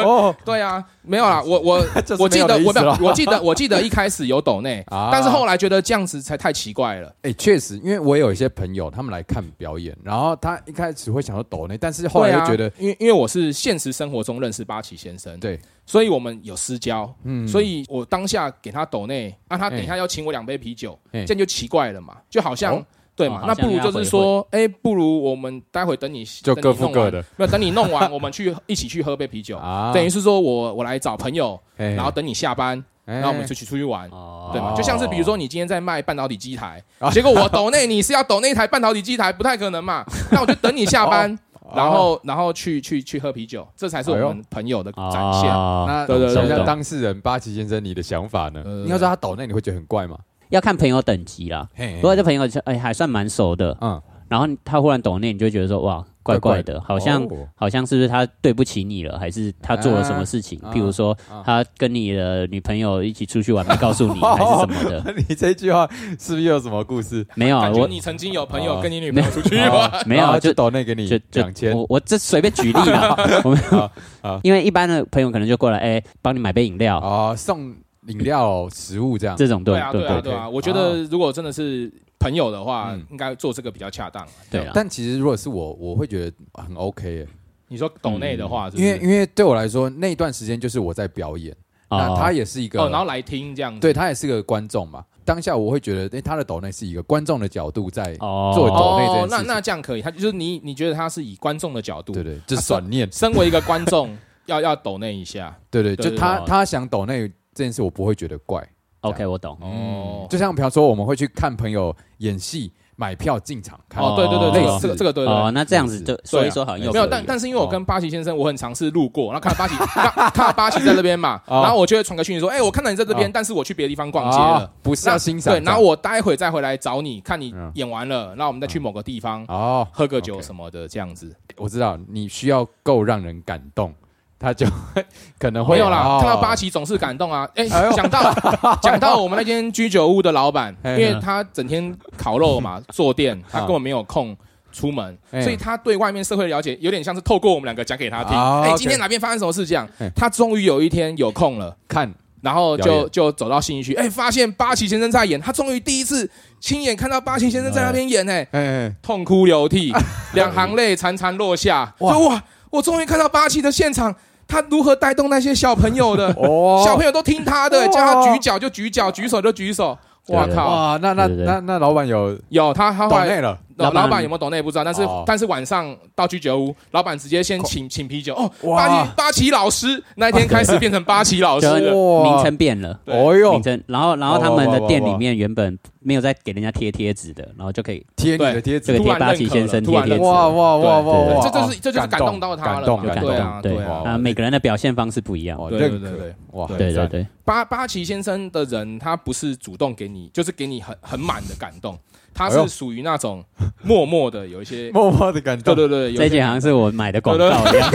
哦，
对啊，没 有啦，我我
这是
我
没
记
有
得
的意
我
思
没有
了，
我记得我 记得一开始有抖内，
啊
但是后来觉得这样子才太奇怪了。
哎，确实，因为我有一些朋友，他们来看表演，然后他一开始会想要抖内，但是后来
对
又
啊
觉得，
因为因为我是现实生活中认识八旗先生，，
对，
所以我们有私交，
嗯
所以我当下给他抖内，那、他等一下要请我两杯啤酒，
哎
这样就奇怪了嘛，就好像。
哦
对
哦
嘛？
好
那
像
不如
要
就
回
是说，哎，不如我们待会等你
就
等你
各付
弄完
各的，
没有等你弄完，我 们去一起去喝杯啤酒
啊
等于是说我我来找朋友，
哎
然后等你下班，
然
然后我们出去出去玩，
哦
对嘛？就像是比如说你今天在卖半导体机台，
哦
结果我抖内你是要抖那台半导体机台，不太可能嘛？那我就等你下班，然后然后去去去喝啤酒，这才是我
哦哎啊
们朋友的展现。
哦，
那
对对对
想一下
懂
当事人八旗先生，你的想法呢？
呃
你要说他抖内，你会觉得很怪吗？
要看朋友等级啦。哎
嘿
不过这朋友就哎还算蛮熟的，
嗯，
然后他忽然抖内，你就会觉得说哇，怪怪的，好像、
哦
好像是不是他对不起你了，还是他做了什么事情？
啊
譬如说、
啊
他跟你的女朋友一起出去玩没告诉你，还是什么的？
你这句话是不是又有什么故事？
没有啊，
感觉
我
你曾经有朋友
哦
跟你女朋友出去玩，
哦
没有啊
然后
就
就抖内给你
就就
两千，
我我这随便举例啦，我没有
好，
因为一般的朋友可能就过来，哎，帮你买杯饮料
哦，送饮料、食物这样。
这种，
对
对
啊，
对
对啊，
对
对啊。
对哦
我觉得如果真的是朋友的话
嗯，
应该做这个比较恰当。
对啊，
但其实如果是我，我会觉得很 OK 耶，
你说抖内的话，是不
嗯因
是
为因为对我来说那一段时间就是我在表演，那
哦
他也是一个，
哦，然后来听这样子，
对他也是个观众嘛。当下我会觉得，哎，他的抖内是一个观众的角度在，
哦
做抖内这
哦
件，事
那
情
那这样可以，他就是你你觉得他是以观众的角度，
对对，就是转念，
身为一个观众，要要抖内一下
对对，
对
就
对
他
对
他想抖内这件事，我不会觉得怪。
OK，我懂。
嗯
哦。
就像比方说，我们会去看朋友演戏，买票进场看。
哦，对对对，
哦
这
类
个
似
这个这个对对
哦，
对。
那这样子就所以说好像有
没有，
可
但
能
但是因为我跟巴西先生，我很尝试路过，然后看到巴西，看看到巴西在那边嘛，
哦
然后我就会传个讯息说，哎，我看到你在这边
哦，
但是我去别的地方逛街了
啊。不是要欣赏
对，然后我待会再回来找你，看你
嗯
演完了，然后我们再去某个地方
哦，
喝个酒
OK
什么的，这样子。
我知道你需要够让人感动，他就 会可能会
没有啦
哦，
看到八旗总是感动啊。哎
哎呦，
讲到讲到我们那间居酒屋的老板，因
哎
为他整天烤肉 嘛，坐店，他
啊
根本没有空。出门，
哎
所以他对外面社会的了解有点像是透过我们两个讲给他听。
哦
哎，
OK
今天哪边发生什么事？这样
哎，
他终于有一天有空了，
看
然后
表
就
演
就走到信义区，哎，发现八旗先生在演，他终于第一次亲眼看到八旗先生在那边演，哎，
哎，哎
痛哭 流涕，两行泪潺潺落下。
哇
说哇，我终于看到八旗的现场，他如何带动那些小朋友的。
哦
小朋友都听他的，
哇
叫他举脚就举脚，举手就举手。
对
哇
对
靠！
哇，那那
对对对
那那老板有
有他，他后
抖
来
内了，
老
老板
老板有没有懂那也不知道，但是
哦
但是晚上到居酒屋，老板直接先请请啤酒哦。
哇
八旗八旗老师那一天开始变成八旗老师
就
了，
名称变了。
对
哦
名
哟，
称，然后，然后他
哇哇
们的
哇
店里
哇
面原本没有在给人家贴贴纸的，然后就可以
贴你的
对
贴
这
纸
个，
突
贴
然
八旗先生
突
贴
然
贴
认
纸，
可
哇哇哇哇
对
哇，
这就是这就是感动到他了
感动
有
感
感
动
对
动，
啊
对
对
啊
啊，每个人的表现方式不一样，
哦
对
认
对对
可
对
哇，
对对
赞
对，
八八旗先生的人，他不是主动给你，就是给你很很满的感动，他
哎
是
呦
属于那种默默的有一些，
默默的感动，
对对对，有一
这一
些
集
啊
好像是我买的广
对对
告一样，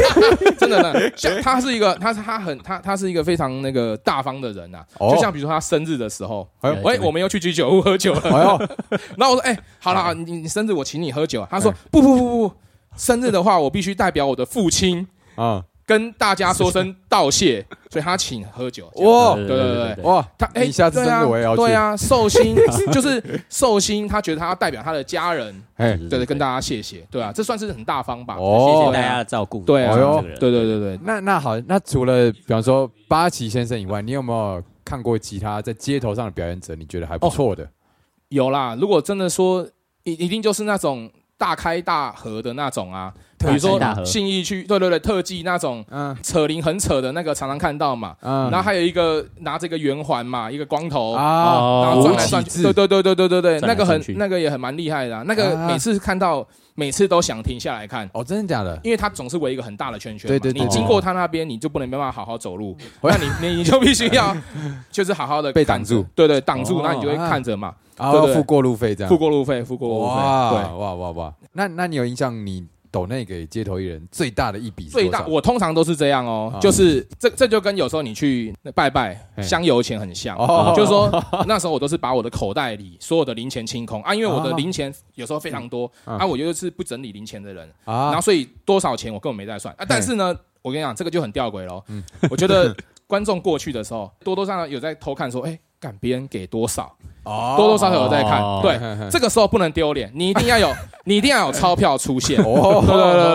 真的，真的像他是一个，他是他很他他是一个非常那个大方的人呐、
哦
就像比如说他生日的时候，
哎
对
呦
喂，我们又去居酒 屋喝酒了。
哎呦，
然后我说，哎、好了，你你生日我请你喝酒。啊他说，
哎
不不不不，生日的话我必须代表我的父亲
啊
跟大家说声道谢，所以他请喝酒。
哇
对对对
哇，
他哎，
你下次
对
生日我也要
啊，
去，
对啊，寿星 就是寿星，他觉得他要代表他的家人，
哎，
对对，跟大家谢谢，对啊，这算是很大方吧？
哦
谢谢
对
大
啊
家的照顾，
对啊
哎这个
哎
人
对对对对，
那那好，那除了比方说八旗先生以外，你有没有看过其他在街头上的表演者？你觉得还
哦
不错的？
有啦，如果真的说，一一定就是那种大开大合的那种啊，比
大
如
开
说
大合
信义区，对对对，特技那种
嗯
扯铃很扯的那个，常常看到嘛。
嗯
然后还有一个拿着一个圆环嘛，一个光头，
啊，
然
哦
后转
吴
来
启
转去，
智
对对对对对对对，
转来
那个
转
很
去
那个也很蛮厉害的啊、那个
啊
每次看到，每次都想停下来看。
哦，真的假的？
因为它总是围一个很大的圈圈嘛，
对对对
你
对
经过它那边，你就不能没办法好好走路，
喂
那你你你就必须要就是 好好的
被挡住，
对对，挡住，
哦
那你就会
啊
看着嘛，
然
对
后
对
付过路费这样，
付过路费，付过路
哇哦
费，对，
哇哇哇！那那你有印象你抖内给街头艺人最大的一笔是
最
多
大，
少
我通常都是这样哦，
啊
就是这这就跟有时候你去拜拜
嘿
香油钱很像，
哦
就是说那时候我都是把我的口袋里所有的零钱清空啊，因为我的
哦
零钱有时候非常多
嗯
啊，我就是不整理零钱的人，然后
啊
所以多少钱我根本没在算啊，但是呢，我跟你讲这个就很吊诡喽，
嗯
我觉 得观众过去的时候多多少少有在偷看说，哎，干别人给多少，
哦
多多少少有在看
哦，
对，
对
这个时候不能丢脸，你一定要有， 你一定要有钞票出现。
哦
对对对对对对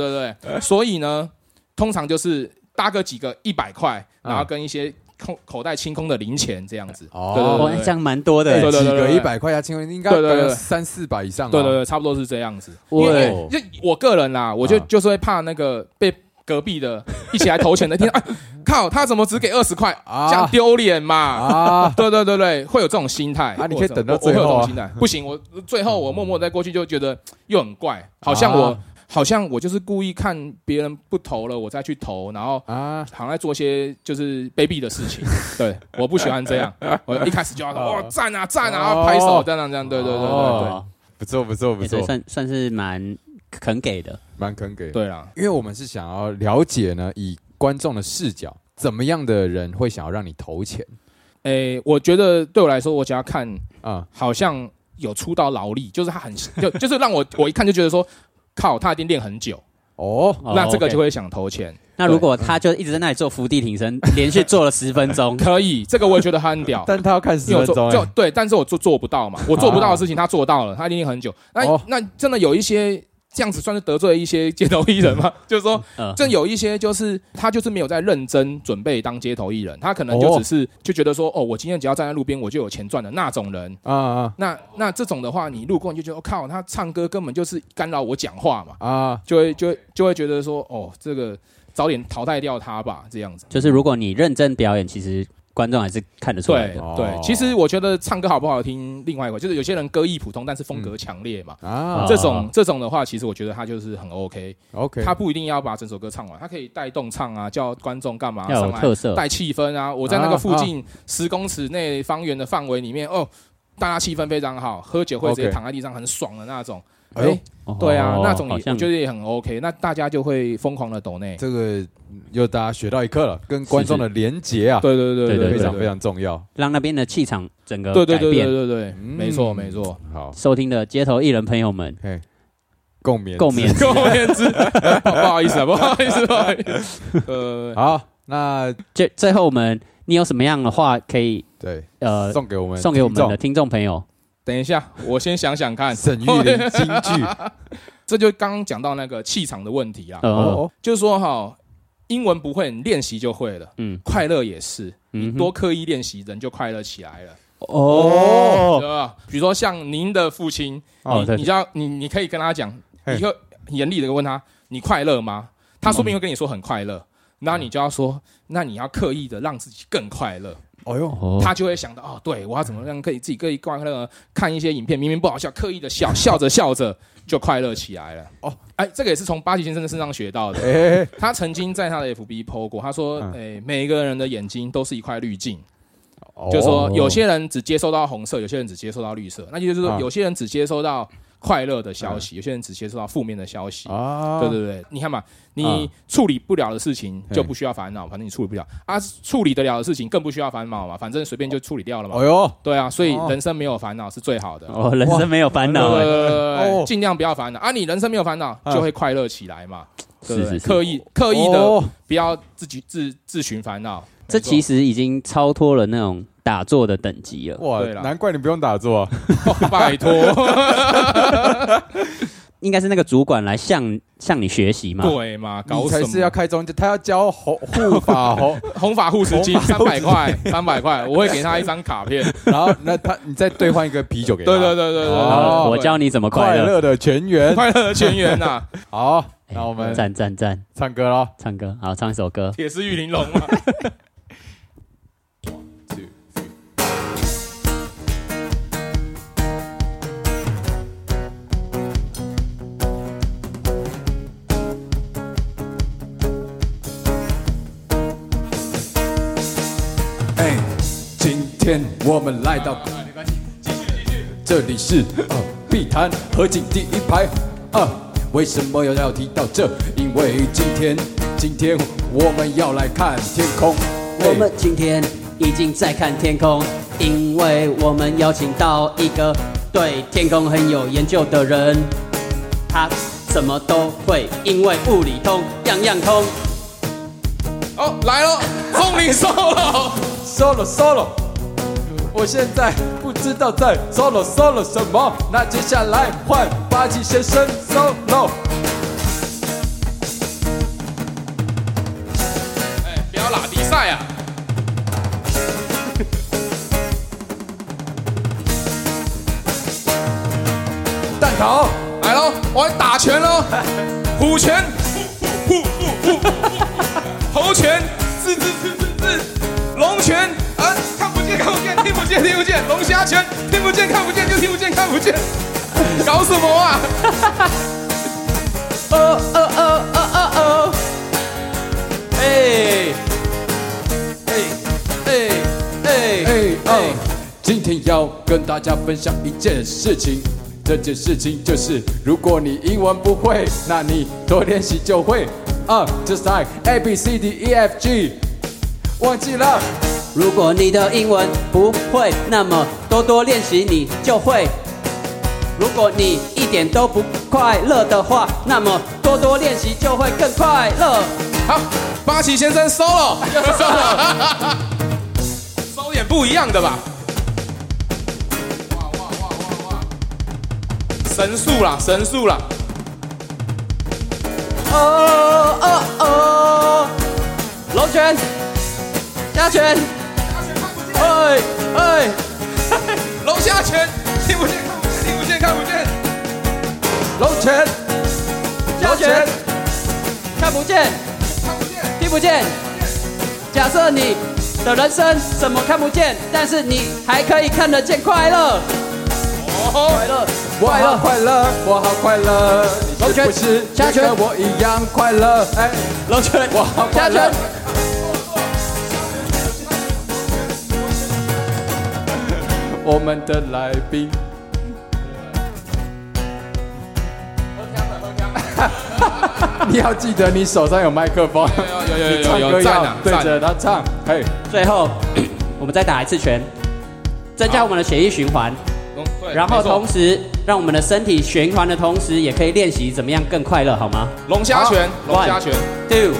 对对对。所以呢，通常就是搭个几个一百块，
嗯
然后跟一些空口袋清空的零钱这样子。对 对
哦，
哦，
对
这样蛮多
对
的，
对
几
对
个
对
一百块加轻，应该
对对对
大概
对
三四百以上吧，
对对对，差不多是这样子。因
哇
为就我个人啦，我就
啊
就是会怕那个被隔壁的一起来投钱的听到，哎，靠，他怎么只给二十块，
啊
这样丢脸嘛？
啊，
对对对对，会有这种心态
啊你可以等到
我我会有
最后啊
这种心态不行，我最后我默默再过去就觉得又很怪，好像我、
啊
好像我就是故意看别人不投了，我再去投，然后
啊
好像在做些就是卑鄙的事情。对，我不喜欢这样，我一开始就要说哇赞啊赞
哦
啊，然后拍手这样这样这样，对对对对对。
哦不错不错不
也是
错，
算算是蛮肯给的。
蛮肯给。，
对啦，
因为我们是想要了解呢，以观众的视角，怎么样的人会想要让你投钱
诶、我觉得对我来说，我想要看
啊？
好像有出到劳力，就是他很就就是让我我一看就觉得说，靠，他一定练很久，
哦，。
哦
那这个
OK
就会想投钱。，
那如果他就一直在那里做伏地挺身， 连续做了十分钟
可以，这个我也觉得他很 屌
但他要看
因
十
为
分
我做
钟
就
欸，
对，但是我做做不到嘛，我做不到的事情他做到了，他一定很久。那、
哦
那真的有一些这样子算是得罪了一些街头艺人吗？ 就是说，
嗯
呃，
真有一些就是他就是没有在认真准备当街头艺人，他可能
哦
就只是就觉得说，哦，我今天只要站在路边我就有钱赚的那种人。
啊啊
那那这种的话，你路过你就觉得，哦、靠，他唱歌根本就是干扰我讲话嘛，
啊，
就会就会就会觉得说，哦，这个早点淘汰掉他吧，这样子。
就是如果你认真表演，其实观众还是看得出来
对
的。
哦
对，其实我觉得唱歌好不好听，另外一个就是有些人歌艺普通，但是风格强烈嘛。
啊
这种这种的话，其实我觉得他就是很 OK，
，OK，
他不一定要把整首歌唱完，他可以带动唱啊，叫观众干嘛
要
上
有
来
特色，
带气氛啊！我在那个附近十公尺内方圆的范围里面，哦，大家气氛非常好，喝酒会直接
OK
躺在地上很爽的那种。
哎呦
哎，对啊
哦，
那种也
好像
我觉得也很 OK，那大家就会疯狂的抖内。
这个又大家学到一课了，跟观众的连结啊，
对对对
对
非
对，
常非常重要。
让那边的气场整个
对对
改
对对
变。
对对，
嗯
没错没错。
好，
收听的街头艺人朋友们，
共勉
共勉。
跟我面子， 不好意思啊，不好意思，不好意思。 呃，
好，那
最最后我们，你有什么样的话可以
对，
呃
送给我们
送给我们
听众
的听众朋友？
等一下，我先想想 看。
沈玉玲京 剧
这就刚刚讲到那个气场的问题啊，
呃，
哦，
就是说哈，英文不会，你练习就会了。
嗯
快乐也是，
嗯哼，
多刻意练习，人就快乐起来了，
哦
对吧？比如说像您的父亲，
哦，
你
对，
知道，你你可以跟他讲，
嘿
你就严厉的问他，你快乐吗？他说不定会跟你说很快乐，然后你就要说，那你要刻意的让自己更快乐，
哦哟，
哦
他就会想到，哦，对我要怎么样可以自己刻意快乐呢？看一些影片，明明不好笑，刻意的笑，笑着笑着就快乐起来了。
哦
哦，哎，这个也是从巴奇先生的身上学到的。
哎，
他曾经在他的 FB PO 过，他说：“
嗯
诶、每一个人的眼睛都是一块滤镜，
哦
就是说有些人只接收到红色，有些人只接收到绿色，那就是说
嗯
有些人只接收到快乐的消息，有些人只接收到负面的消息。
啊，
对对对，你看嘛，
嗯
你处理不了的事情
嘿
就不需要烦恼，反正你处理不了啊；处理得了的事情更不需要烦恼嘛，反正随便就处理掉了嘛
哦。哟，
对啊，所以
哦
人生没有烦恼是最好的。
哦，人生没有烦恼哎，
呃
哦，
尽量不要烦恼啊！你人生没有烦恼，
嗯
就会快乐起来嘛。对不
是
对
是是
刻意刻意的
哦
不要自己自自寻烦恼。
这其
实、
实已经超脱了那种打坐的等级了。
哇
对，啦
难怪你不用打坐啊，
哦拜 托，
应该是那个主管来向向你学习嘛。
对嘛，搞
你
什
才
么？啊
是要开宗，他要教红护法哦红，
红发护石机三百块，三百块，我会给他一张卡片。
然后那他你再兑换一个啤酒给他，
对对对对对
哦
对，
我教你怎么快
快
乐。
乐的全员。
快乐的全员呐，
好，
哎
那我们
赞赞赞，
唱歌喽。
唱歌好，唱一首歌。
铁丝玉玲珑嘛。
哎，今天我们来到，这里是呃碧潭河景第一排。呃，为什么要要提到这？因为今天，今天我们要来看天空。
我们今天已经在看天空，因为我们邀请到一个对天空很有研究的人，他什么都会，因为物理通，样样通。
哦，来了，钟灵瘦了。
solo solo，我现在不知道在 solo solo 什么。那接下来换八七先生 solo。
哎，不要拉比赛啊！
蛋挞，
来喽，我要打拳喽，虎拳，呼呼呼呼呼，猴拳，是是是是是，龙拳，啊，看不见看不见，听不见听不见，龙虾拳，听不见看不见就听不见看不见，搞什么啊？
哦哦哦哦哦哦，哎，哎哎哎哎哦！今天要跟大家分享一件事情，
这件事情就是，如果你英文不会，那你多练习就会。啊、j u s t like A B C D E F G，忘记了。
如果你的英文不会，那么多多练习你就会。如果你一点都不快乐的话，那么多多练习就会更快乐。
好，八旗先生 solo，收点不一样的吧。神速啦，神速啦！
哦哦哦，龙拳，加拳，哎哎，
龙虾拳，听不见，看不见，听不见，看不见。
龙拳，
加拳，看不见，听不见。假设你的人生什么看不见，但是你还可以看得见快乐，快乐，
我
快
好
乐。
快乐，我好快乐。你
龙
是
拳
不是
下
也
拳
跟我一样快乐？哎，
龙拳，
我好
加
快乐
拳。
我们的来宾。你要记得，你手上有麦克风，
有有有
唱
有
歌
有赞
要
啊
对
赞！
着他唱。嘿，
最后， 我们再打一次拳，增加我们的血液循环，
对
然后
没错
同时让我们的身体循环的同时，也可以练习怎么样更快乐，好吗
龙虾拳，
好
龙虾拳，
？Do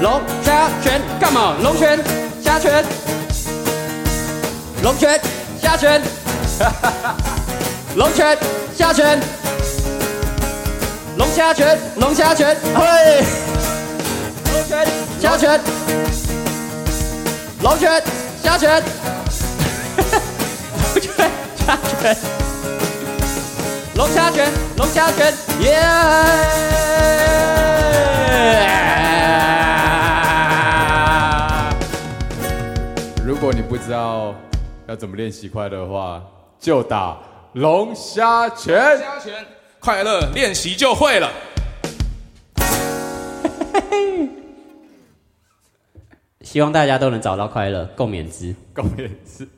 龙虾拳干嘛？龙拳虾拳，龙拳虾拳，龙拳虾拳，龙虾拳龙虾拳，嘿，龙拳虾拳，龙拳虾拳，龙拳虾拳。龙虾拳，龙虾拳，耶！
如果你不知道要怎么练习快乐的话，就打龙虾拳。
虾拳，快乐练习就会了。
希望大家都能找到快乐，共勉之。
共勉之。